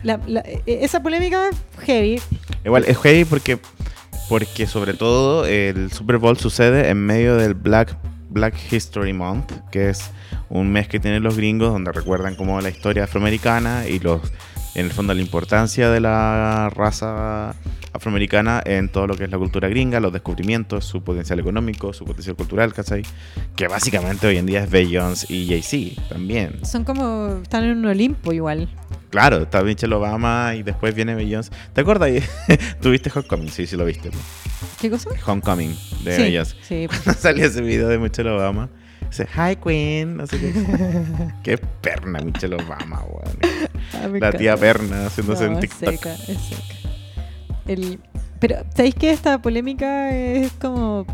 La- la- e- esa polémica, heavy.
Igual, es heavy porque, porque sobre todo el Super Bowl sucede en medio del Black, Black History Month, que es un mes que tienen los gringos donde recuerdan como la historia afroamericana y los en el fondo la importancia de la raza afroamericana en todo lo que es la cultura gringa, los descubrimientos, su potencial económico, su potencial cultural, ¿cachai? Que básicamente hoy en día es Beyoncé y Jay-Z también.
Son como. Están en un Olimpo igual.
Claro, está Michelle Obama y después viene Beyoncé. ¿Te acuerdas? [LAUGHS] Tuviste Homecoming, sí, sí lo viste. pues.
¿Qué cosa?
Homecoming de
sí, [LAUGHS]
ellas. [LAUGHS]
sí.
Cuando salió ese video de Michelle Obama, dice, Hi Queen, no sé qué.
[LAUGHS]
qué perna Michelle Obama, weón.
Ah, me
La
encanta.
tía perna haciéndose
No,
en
es
TikTok.
seca, es seca. El- pero, ¿sabéis que esta polémica es como.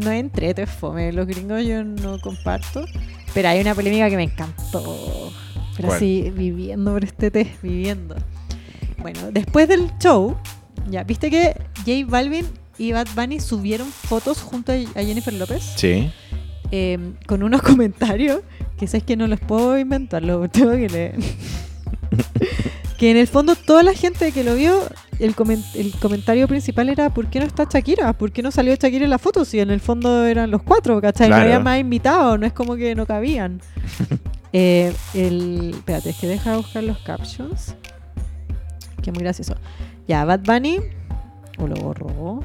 No es entrete, es fome. Los gringos yo no comparto. Pero hay una polémica que me encantó. Pero
¿Cuál?
así, viviendo por este test, viviendo. Bueno, después del show, ya, ¿viste que J Balvin y Bad Bunny subieron fotos junto a a Jennifer López?
Sí.
eh, con unos [LAUGHS] comentarios que sabes que no los puedo inventar, los tengo que leer. [LAUGHS] que en el fondo toda la gente que lo vio, el, comen- el comentario principal era ¿por qué no está Shakira? ¿Por qué no salió Shakira en la foto? Si en el fondo eran los cuatro, ¿cachai?
Claro.
No había más invitados, no es como que no cabían. Eh, el, espérate, es que deja buscar los captions. Que muy gracioso. Ya, Bad Bunny. O lo borró.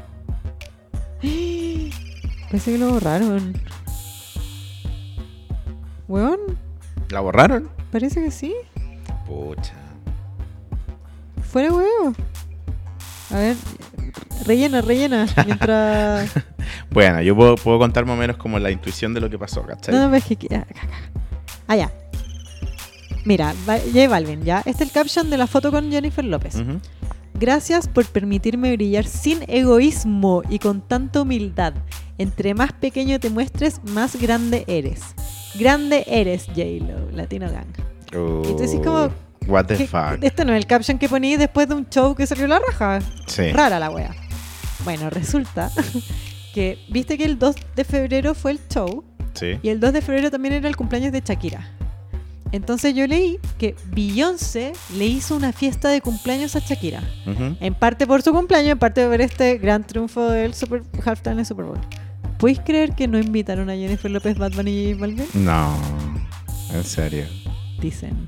[GASPS] Parece que lo borraron. Weón,
¿La borraron?
parece que sí.
Pucha.
Fuera huevo. A ver, rellena,
[LAUGHS]
rellena. Mientras.
Bueno, yo puedo, puedo contar más o menos como la intuición de lo que pasó, ¿cachai?
No, no, ves que. Ah, acá, acá. Ah, ya. Mira, Ba- J Balvin, ya. Este es el caption de la foto con Jennifer López.
Ujú.
Gracias por permitirme brillar sin egoísmo y con tanta humildad. Entre más pequeño te muestres, más grande eres. Grande eres, J-Lo, Latino Gang. Y tú decís como,
Uh, What the
¿Qué-
fuck.
Este no es el caption que poní después de un show que salió la raja.
Sí.
Rara la wea. Bueno, resulta [LAUGHS] que viste que el 2 de febrero fue el show
Sí.
y el 2 de febrero también era el cumpleaños de Shakira. Entonces yo leí que Beyoncé le hizo una fiesta de cumpleaños a Shakira.
Ujú.
En parte por su cumpleaños, en parte por ver este gran triunfo del Super Halftime en el Super Bowl. ¿Puedes creer que no invitaron a Jennifer López, Batman y J Balvin?
No. En serio.
Dicen.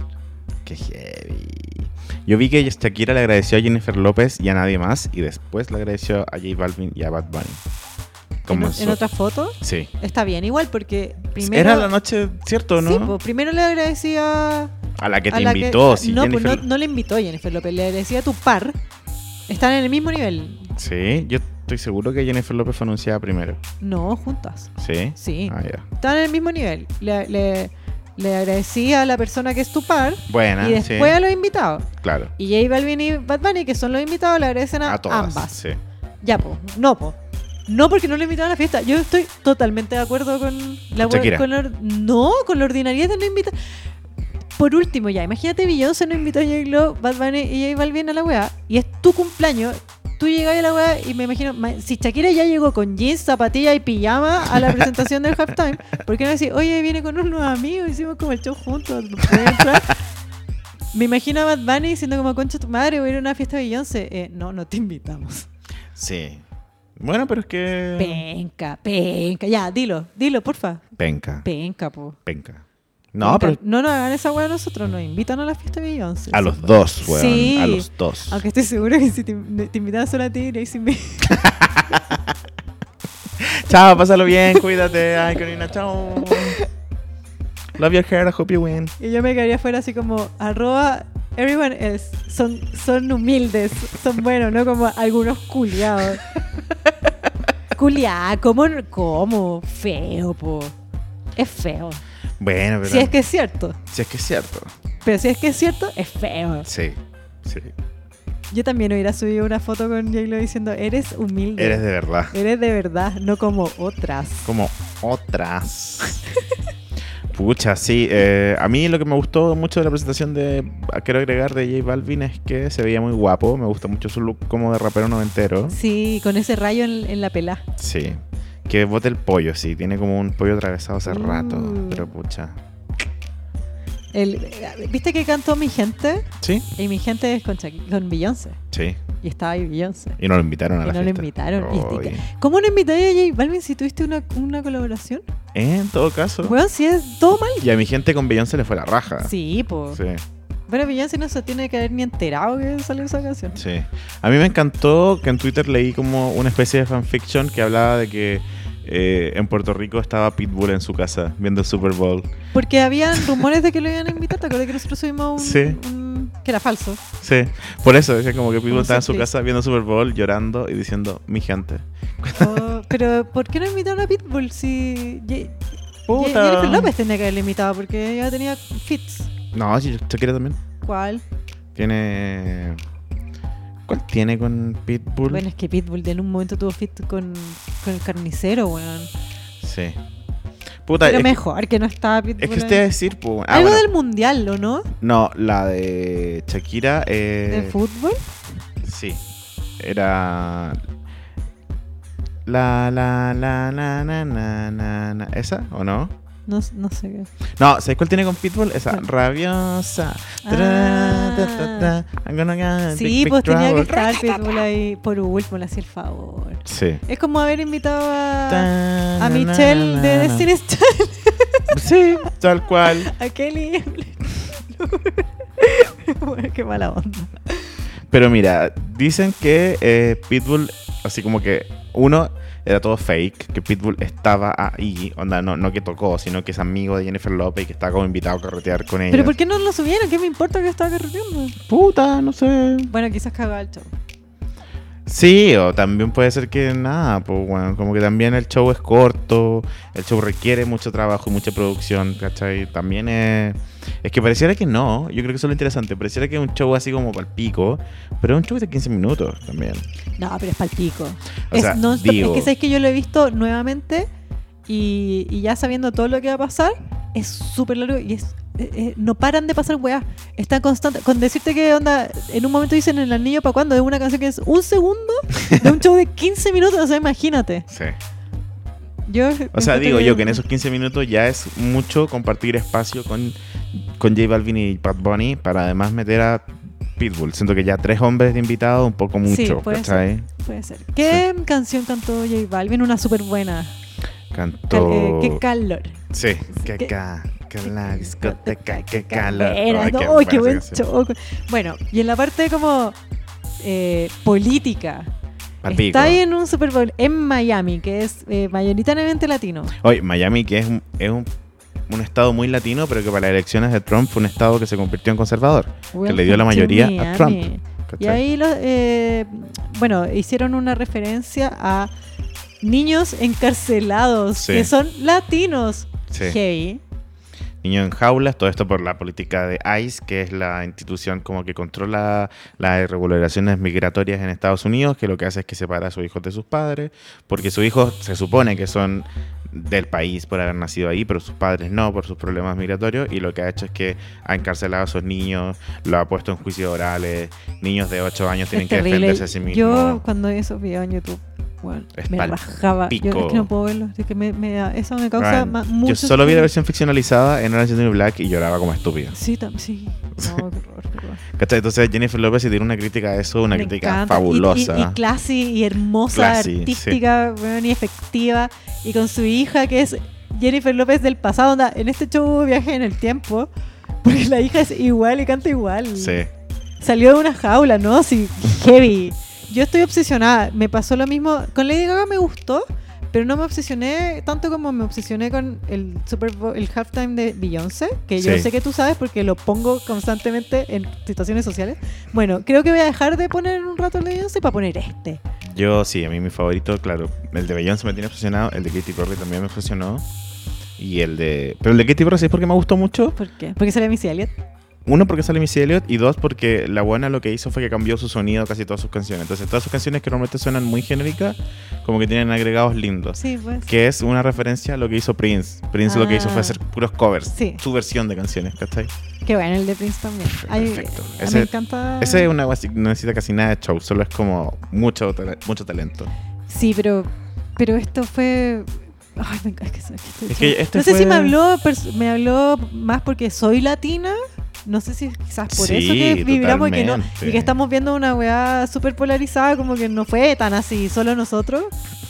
Qué heavy. Yo vi que Shakira le agradeció a Jennifer López y a nadie más, y después le agradeció a J Balvin y a Bad Bunny.
En,
Como
o-
eso-
en otra foto
Sí.
está bien igual porque primero
Era la noche, ¿cierto, no?
Sí, pues, primero le agradecía
a la que
a
te
la que-
invitó, sí,
no, pues,
Jennifer.
no, no le invitó Jennifer López, le agradecía a tu par. Están en el mismo nivel.
Sí, yo estoy seguro que Jennifer López fue anunciada primero.
No, juntas.
Sí.
Sí.
Ah, ya.
Están en el mismo nivel. Le, le- le agradecía a la persona que es tu par
Buena,
y después a los invitados.
sí. Claro.
Y J Balvin y Bad Bunny, que son los invitados, le agradecen a,
A todas.
ambas.
Sí.
Ya, po. No, po. No, porque no le invitaron a la fiesta. Yo estoy totalmente de acuerdo con la
Con Shakira.
con la or- No, con la ordinariedad de no invitar. Por último, ya, imagínate Beyoncé no invitó a J-Lo, Bad Bunny y J Balvin a la weá. Y es tu cumpleaños. Tú llegas a la weá y me imagino, ma- si Shakira ya llegó con jeans, zapatilla y pijama a la presentación del halftime, ¿por qué no decir, oye, viene con unos amigos, hicimos como el show juntos, ¿puedo entrar?" Me imagino a Bad Bunny diciendo como, concha tu madre, voy a ir a una fiesta de Beyoncé. Eh, no, no te invitamos.
Sí. Bueno, pero es que.
Penca, penca. Ya, dilo, dilo, porfa.
Penca.
Penca, po.
Penca. No,
Penca.
pero
No nos hagan esa weá a nosotros, nos invitan a la fiesta de Beyoncé.
a los dos, weón.
Sí.
A los dos.
Aunque estoy segura que si te, te invitan solo a ti, iréis sin mí.
Chao, pásalo bien, cuídate. Ay, Karina, chao. Love your hair, I hope you win.
[LAUGHS] Y yo me quedaría fuera así como, arroba, everyone else. Son, son humildes, son buenos, ¿no? Como algunos
[LAUGHS]
culiados. Culiá, ¿cómo? ¿Cómo? Feo, po. Es feo.
Bueno, pero.
Si es que es cierto.
si es que es cierto.
Pero si es que es cierto, es feo.
Sí. Sí.
Yo también hubiera subido una foto con J-Lo diciendo, eres humilde.
Eres de verdad.
Eres de verdad, no como otras.
como
[LAUGHS]
otras. Pucha, sí. eh, a mí lo que me gustó mucho de la presentación de. Quiero agregar de J Balvin es que se veía muy guapo. Me gusta mucho su look como de rapero noventero.
Sí, con ese rayo en, en la pelá.
Sí. Que bote el pollo, sí. Tiene como un pollo atravesado hace
Mm.
rato. Pero pucha.
El- ¿Viste que cantó Mi Gente?
Sí.
Y Mi Gente es con, Shakira- con Beyoncé.
Sí.
Y estaba ahí Beyoncé.
Y no lo invitaron a
Y
la
no lo
fiesta.
invitaron. Y-
Oy.
¿Cómo no invitaría a J Balvin si tuviste una, una colaboración?
En todo caso.
Bueno, si es todo mal.
Y a mi gente con Beyoncé le fue la raja.
Sí, po.
Ah, Sí.
Bueno, Beyoncé no se tiene que haber ni enterado que salió esa canción.
Sí. A mí me encantó que en Twitter leí como una especie de fanfiction que hablaba de que eh, en Puerto Rico estaba Pitbull en su casa viendo el Super Bowl.
Porque habían rumores de que lo iban a invitar. ¿Te acuerdas que nosotros subimos un-
Sí.
un que era falso?
Sí. Por eso, decía como que Pitbull
Como
estaba en su
siempre.
casa viendo el Super Bowl, llorando y diciendo, mi gente.
Oh, pero ¿por qué no invitaron a Pitbull si Ye- Ye-
Puta.
Jennifer López tenía que haberle invitado porque ella tenía fits?
No, si Shakira también.
¿Cuál?
Tiene... ¿Cuál tiene con Pitbull?
Bueno, es que Pitbull en un momento tuvo fit con, con el carnicero, weón.
Sí. Puta,
Pero
Ah, es,
mejor que no estaba Pitbull.
es que
ahí.
usted decir, pues... ah,
Algo
bueno,
del mundial, ¿o no?
No, la de Shakira... Eh,
¿De fútbol?
Sí. Era. La, la, la, na, na, na, na, na. ¿Esa o no?
No, no sé qué.
No, ¿sabes cuál tiene con Pitbull? Esa,
¿Cuál? Ah.
rabiosa. Tra, ta, ta, ta. I'm gonna get
Sí,
Ah, big, big
pues tenía que
trouble.
estar Pitbull ahí por último, le hacía el favor.
Sí.
Es como haber invitado a,
Ta,
a
na,
Michelle
na,
de
na, na.
Destiny's Child,
Sí, tal cual.
a Kelly. [LAUGHS] Bueno, qué mala onda.
Pero mira, dicen que eh, Pitbull, así como que uno era todo fake, que Pitbull estaba ahí, onda, no, no que tocó, sino que es amigo de Jennifer López y que estaba como invitado a carretear con ella.
¿Pero por qué no lo subieron? ¿Qué me importa que estaba carreteando?
Puta, no sé.
Bueno, quizás cagaba el show.
Sí, o también puede ser que nada, pues bueno, como que también el show es corto, el show requiere mucho trabajo, mucha producción, ¿cachai? También es... Es que pareciera que no, yo creo que eso es lo interesante, pareciera que es un show así como palpico, pero es un show de 15 minutos también.
No, pero es palpico.
O
es
sea,
non-stop.
digo-
Es que sabes que yo lo he visto nuevamente y, y ya sabiendo todo lo que va a pasar, es súper largo y es. eh, eh, no paran de pasar weas. Están constantes. Con decirte que onda, en un momento dicen el anillo para cuando, es una canción que es un segundo de un show de 15 minutos. O sea, imagínate.
Sí.
Yo,
O sea, digo yo que en esos 15 minutos ya es mucho compartir espacio con, con J Balvin y Pat Bunny para además meter a Pitbull. Siento que ya tres hombres de invitados, un poco mucho,
Sí, puede ser.
¿cachai?
Puede ser. ¿Qué canción cantó J Balvin? Una súper buena. Cal- eh,
Cantó...
qué calor.
Sí, que
que-
acá, que la discoteca, que calor.
Era,
Ay,
no,
qué
ay, qué
buena
buen
esa canción.
show. Bueno, y en la parte como eh, política.
Al pico.
Está ahí en un Super Bowl en Miami, que es eh, mayoritariamente latino.
Oye, Miami, que es, un, es un, un estado muy latino, pero que para las elecciones de Trump fue un estado que se convirtió en conservador.
Welcome
le dio
to
la mayoría a
Miami.
Trump.
Y
¿cachai?
ahí, los, eh, bueno, hicieron una referencia a niños encarcelados,
Sí.
que son latinos.
Sí.
Hey.
Niño en jaulas, todo esto por la política de ICE, que es la institución como que controla las regulaciones migratorias en Estados Unidos, que lo que hace es que separa a sus hijos de sus padres, porque sus hijos se supone que son del país por haber nacido ahí, pero sus padres no, por sus problemas migratorios, y lo que ha hecho es que ha encarcelado a sus niños, lo ha puesto en juicios orales, niños de 8 años tienen
Es
que
terrible.
defenderse a sí mismos.
Yo cuando vi esos videos en YouTube, bueno,
Es
me
pal-
rajaba. Yo es
pico.
que no puedo verlos, es que me, me da- eso me causa
Ryan,
ma-
yo
mucho.
solo vi la
sufrimiento.
versión ficcionalizada en Orange is the New Black y lloraba como estúpida.
Sí, tam-
[LAUGHS]
sí. No, qué horror, qué horror.
¿Cachai? Entonces Jennifer López si tiene una crítica a eso, una
Me
crítica
encanta. Y-
fabulosa.
Y, y classy y hermosa,
Classy,
artística, weón, y efectiva. Y con su hija, que es Jennifer López del pasado. Onda, en este show hubo viaje en el tiempo. Porque la hija es igual y canta igual.
Sí.
Salió de una jaula, ¿no? Sí, heavy. Yo estoy obsesionada. Me pasó lo mismo. Con Lady Gaga me gustó. Pero no me obsesioné tanto como me obsesioné con el Super Bowl- el halftime de Beyoncé, que yo
Sí.
sé que tú sabes porque lo pongo constantemente en situaciones sociales. Bueno, creo que voy a dejar de poner un rato el de Beyoncé para poner este.
Yo sí, a mí mi favorito, claro. El de Beyoncé me tiene obsesionado, el de Katy Perry también me obsesionó. Y el de. Pero el de Katy Perry, ¿sabes por qué me gustó mucho?
¿Por qué? Porque sale Missy Elliott.
Uno, porque sale Missy Elliott. Y dos, porque la buena lo que hizo fue que cambió su sonido a casi todas sus canciones. Entonces, todas sus canciones que normalmente suenan muy genéricas, como que tienen agregados lindos.
Sí, pues.
Que es una referencia a lo que hizo Prince. Prince lo que hizo fue
Ah.
hacer puros covers.
Sí.
Su versión de canciones, ¿cachai?
Qué bueno el de Prince también. Ay,
Perfecto.
a mí
Ese-
me encanta.
Ese es una wea así que no necesita casi nada de show, solo es como mucho, tale- mucho talento.
Sí, pero, pero esto fue. Ay, me- es que, es que estoy-
Es que este
no sé
fue-
si me habló, pers- me habló más porque soy latina. No sé si quizás por eso
Sí,
que vibramos y que, no,
totalmente.
y que estamos viendo una weá súper polarizada, como que no fue tan así, solo nosotros.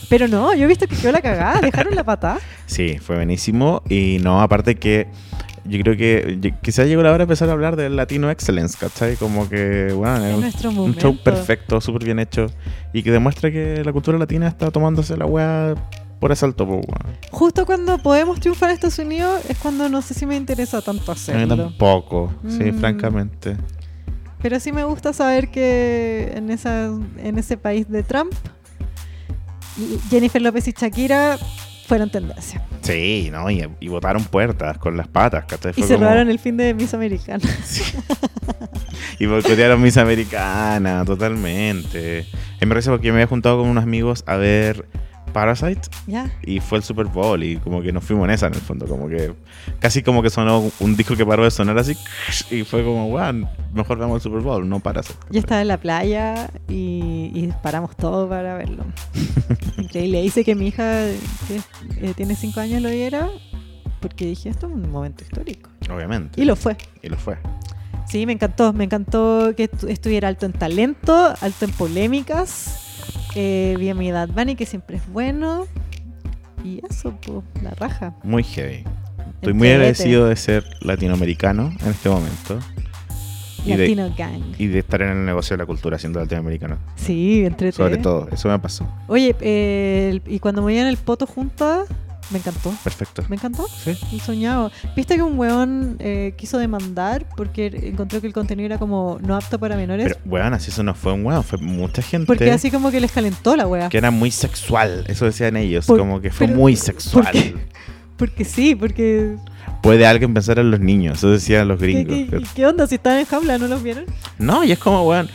Pero no, yo he visto que quedó la cagada, dejaron la
[LAUGHS]
patada.
Sí, fue buenísimo. Y no, aparte que yo creo que yo- quizás llegó la hora de empezar a hablar del Latino Excellence, ¿cachai? Como que, bueno,
Es
es un,
nuestro
un
momento.
show perfecto, súper bien hecho. Y que demuestra que la cultura latina está tomándose la wea por asalto, po, weón.
Justo cuando podemos triunfar en Estados Unidos es cuando no sé si me interesa tanto
A mí
hacerlo.
tampoco, sí,
Mm.
francamente.
Pero sí me gusta saber que en, esa, en ese país de Trump, y- Jennifer López y Shakira fueron tendencia.
Sí, ¿no? Y, y botaron puertas con las patas, ¿cachai?
Y
Fue
se
como-
robaron el fin de Miss
[LAUGHS]
Americana.
Sí. y boicotearon mis americanas, totalmente. Y me parece porque yo me había juntado con unos amigos a ver Parasite
¿Ya?
y fue el Super Bowl y como que nos fuimos en esa en el fondo, como que casi como que sonó un disco que paró de sonar así y fue como, wow, mejor veamos el Super Bowl, no Parasite.
Yo estaba en la playa y, y paramos todo para
[LAUGHS]
verlo. Increíble. Hice que mi hija, que eh, tiene cinco años, lo viera porque dije, esto es un momento histórico.
Obviamente.
Y lo fue.
Y lo fue.
Sí, me encantó. Me encantó que estu- estuviera alto en talento, alto en polémicas. Eh, vi a mi Bad Bunny, que siempre es bueno. Y eso, po, la raja.
Muy heavy. Estoy
El
muy
chilete.
agradecido de ser latinoamericano en este momento y de-
Latino Gang.
y de estar en el negocio de la cultura siendo latinoamericano.
Sí, entrete.
Sobre todo, eso me pasó.
Oye, eh, el- y cuando me dieron el poto juntas, me encantó.
Perfecto.
Me encantó.
Sí.
El soñado. Viste que un weón eh, quiso demandar porque encontró que el contenido era como no apto para menores.
Pero, weón, así eso no fue un weón, fue mucha gente
porque así como que les calentó la wea.
que era muy sexual. Eso decían ellos,
Por-
como que fue
pero-
muy sexual.
¿por qué? Porque sí, porque
Puede alguien pensar en los niños, eso decían los
¿Qué,
gringos.
qué, qué onda? Si estaban en jaula, ¿no los vieron?
No, y es como, weón.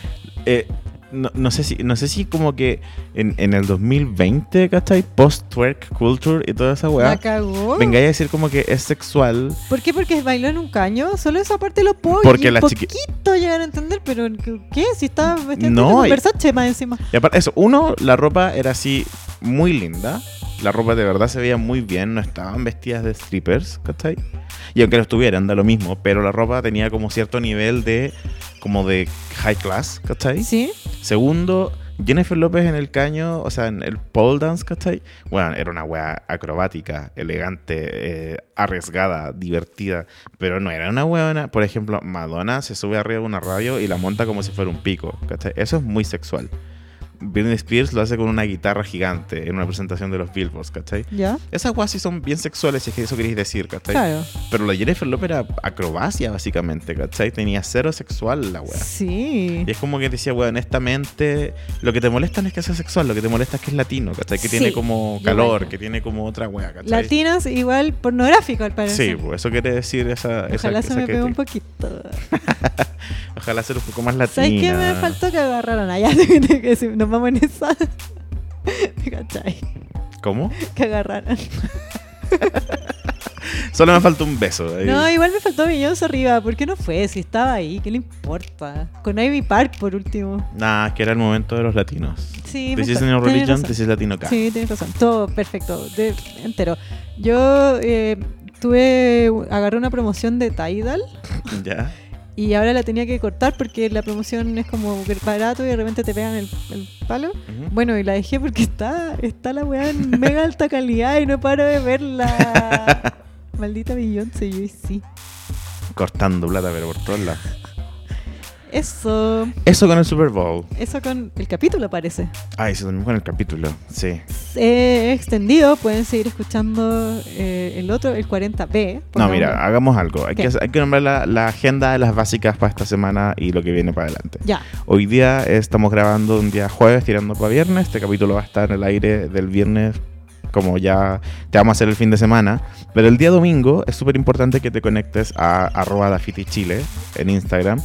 eh, no, no sé si, no sé si como que en, en el 2020, ¿cachai? Post-twerk culture y toda esa
La
weá.
cagó.
Vengáis a decir como que es sexual.
¿Por qué? Porque bailó en un caño. Solo esa parte lo puedo
Porque
y
la chiqui-
poquito llegar a entender, pero ¿qué? Si estaba vestida
No,
con
y-
Versace más encima.
Y aparte, eso, uno, la ropa era así muy linda. La ropa de verdad se veía muy bien, no estaban vestidas de strippers, ¿cachai? Y aunque lo estuvieran, da lo mismo, pero la ropa tenía como cierto nivel de, como de high class, ¿cachai?
Sí.
Segundo, Jennifer López en el caño, o sea, en el pole dance, ¿cachai? Bueno, era una wea acrobática, elegante, eh, arriesgada, divertida, pero no era una weona. Por ejemplo, Madonna se sube arriba de una radio y la monta como si fuera un pico, ¿cachai? Eso es muy sexual. Britney Spears lo hace con una guitarra gigante en una presentación de los Billboards, ¿cachai?
¿Ya?
Esas weas sí son bien sexuales, si es que eso queréis decir, ¿cachai?
Claro.
Pero la Jennifer López era acrobacia, básicamente, ¿cachai? Tenía cero sexual la wea.
Sí.
Y es como que decía, weón, honestamente, lo que te molesta no es que sea sexual, lo que te molesta es que es latino, ¿cachai? Que
Sí,
tiene como
yo
calor,
igual.
que tiene como otra weá, ¿cachai?
Latinas igual pornográfico al parecer.
Sí, pues eso quiere decir esa. esa-
Ojalá
esa,
se me pegue un
crítica.
poquito.
Ojalá ser un poco más latina.
¿Sabes qué me faltó que agarraran allá? [LAUGHS] que si nos vamos en esa. [LAUGHS] ¿Me cachai?
¿Cómo?
Que agarraran.
Solo me falta
[LAUGHS]
un beso. ahí.
No, igual me faltó Beyoncé arriba. ¿Por qué no fue? Si estaba ahí, ¿qué le importa? Con Ivy Park, por último.
Nah, que era el momento de los latinos.
Sí, me
This is
está-
no
tienes
religion,
razón.
this is latino acá.
Sí, tienes razón. Todo perfecto, de- entero. Yo eh, tuve, agarré una promoción de Tidal
¿Ya?
y ahora la tenía que cortar porque la promoción es como barato y de repente te pegan el, el palo.
Ujú.
Bueno, y la dejé porque está, está la weá
[LAUGHS]
en mega alta calidad y no paro de verla.
[LAUGHS]
Maldita Beyoncé, yo y sí.
Cortando plata, pero por todos lados.
Eso,
Eso con el Super Bowl.
eso con el capítulo parece.
Ah, eso también con el capítulo. Sí.
eh, extendido, pueden seguir escuchando eh, el otro, el 40B.
No,
pongamos.
mira, hagamos algo. Hay,
¿Qué?
que, hay que nombrar la, la agenda de las básicas para esta semana y lo que viene para adelante.
Ya,
Hoy día estamos grabando un día jueves tirando para viernes. Este capítulo va a estar en el aire del viernes como ya te vamos a hacer el fin de semana. Pero el día domingo es súper importante que te conectes a arroba Dafiti Chile en Instagram,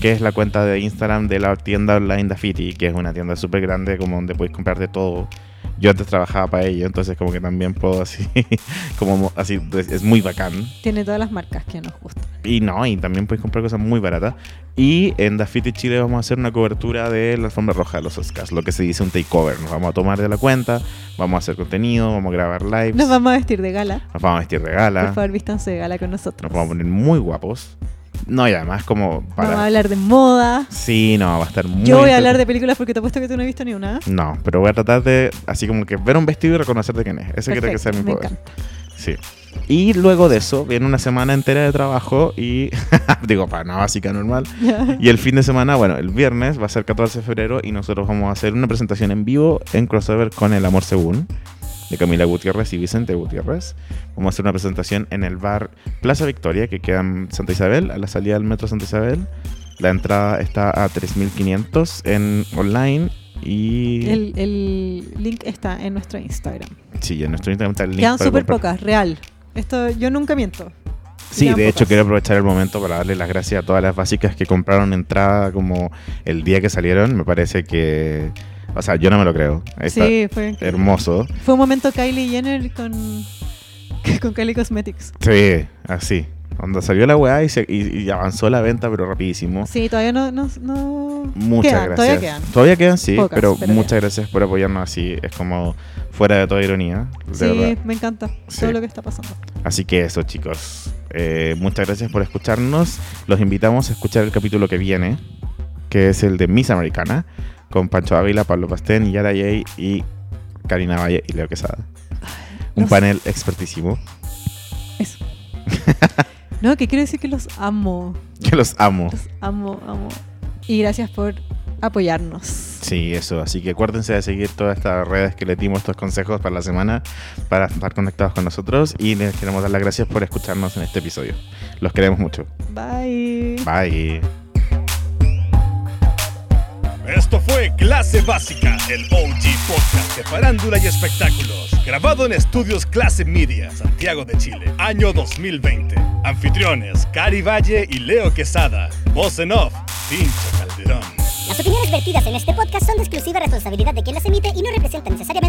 que es la cuenta de Instagram de la tienda online Dafiti, que es una tienda súper grande como donde puedes comprar de todo. Yo antes trabajaba para ello, entonces como que también puedo así, [LAUGHS] como así, pues, es muy bacán.
Tiene todas las marcas que nos gustan.
Y no, y también puedes comprar cosas muy baratas. Y en Dafiti Chile vamos a hacer una cobertura de la alfombra roja de los Oscars, lo que se dice un takeover. Nos vamos a tomar de la cuenta, vamos a hacer contenido, vamos a grabar lives,
Nos vamos a vestir de gala.
nos vamos a vestir
Por
regala,
favor, vístanse de gala con nosotros.
nos vamos a poner muy guapos. No, y además como
Vamos a
para...
hablar de moda.
Sí, no, va a estar muy...
Yo voy a hablar de películas porque te apuesto que tú no has visto ni una.
No, pero voy a tratar de, así como que ver un vestido y reconocer de quién es. Ese creo que sea
Perfecto,
mi
me
poder.
encanta.
Sí. Y luego de eso viene una semana entera de trabajo y [LAUGHS] digo, para una básica normal.
[LAUGHS]
Y el fin de semana, bueno, el viernes va a ser 14 de febrero y nosotros vamos a hacer una presentación en vivo en crossover con El Amor Según de Camila Gutiérrez y Vicente Gutiérrez. Vamos a hacer una presentación en el bar Plaza Victoria que queda en Santa Isabel, a la salida del metro Santa Isabel. La entrada está a 3.500 en online y...
El, el link está en nuestro Instagram.
Sí, en nuestro Instagram está el link.
Quedan
para
súper
comprar.
pocas, real. Esto yo nunca miento.
Sí,
Quedan
de hecho
pocas.
quiero aprovechar el momento para darle las gracias a todas las básicas que compraron entrada como el día que salieron. Me parece que... O sea, yo no me lo creo. Está
Sí, fue,
hermoso.
fue un momento Kylie Jenner con, [LAUGHS] con Kylie Cosmetics.
Sí, así. Cuando salió la weá y, se- y- y avanzó la venta, pero rapidísimo.
Sí, todavía no. no, no-
Muchas
quedan,
gracias.
Todavía quedan.
sí,
Pocas,
pero,
pero
muchas gracias por apoyarnos así. Es como fuera de toda ironía. De
Sí,
verdad.
me encanta
Sí.
todo lo que está pasando.
Así que eso, chicos. Eh, muchas gracias por escucharnos. Los invitamos a escuchar el capítulo que viene, que es el de Miss Americana, con Pancho Ávila, Pablo Pastén, Yara Yey y Karina Valle y Leo Quesada. Un
Los-
panel expertísimo.
Eso. no, que quiero decir que los amo.
Que los amo.
Los amo, amo. Y gracias por apoyarnos.
Sí, eso. Así que acuérdense de seguir todas estas redes que les dimos, estos consejos para la semana, para estar conectados con nosotros. Y les queremos dar las gracias por escucharnos en este episodio. Los queremos mucho.
Bye.
Bye.
Esto fue Clase Básica, el OG podcast de farándula y espectáculos, grabado en estudios Clase Media, Santiago de Chile, año 2020. Anfitriones, Cari Valle y Leo Quesada. Voz en off, Pincho Calderón.
Las opiniones vertidas en este podcast son de exclusiva responsabilidad de quien las emite y no representan necesariamente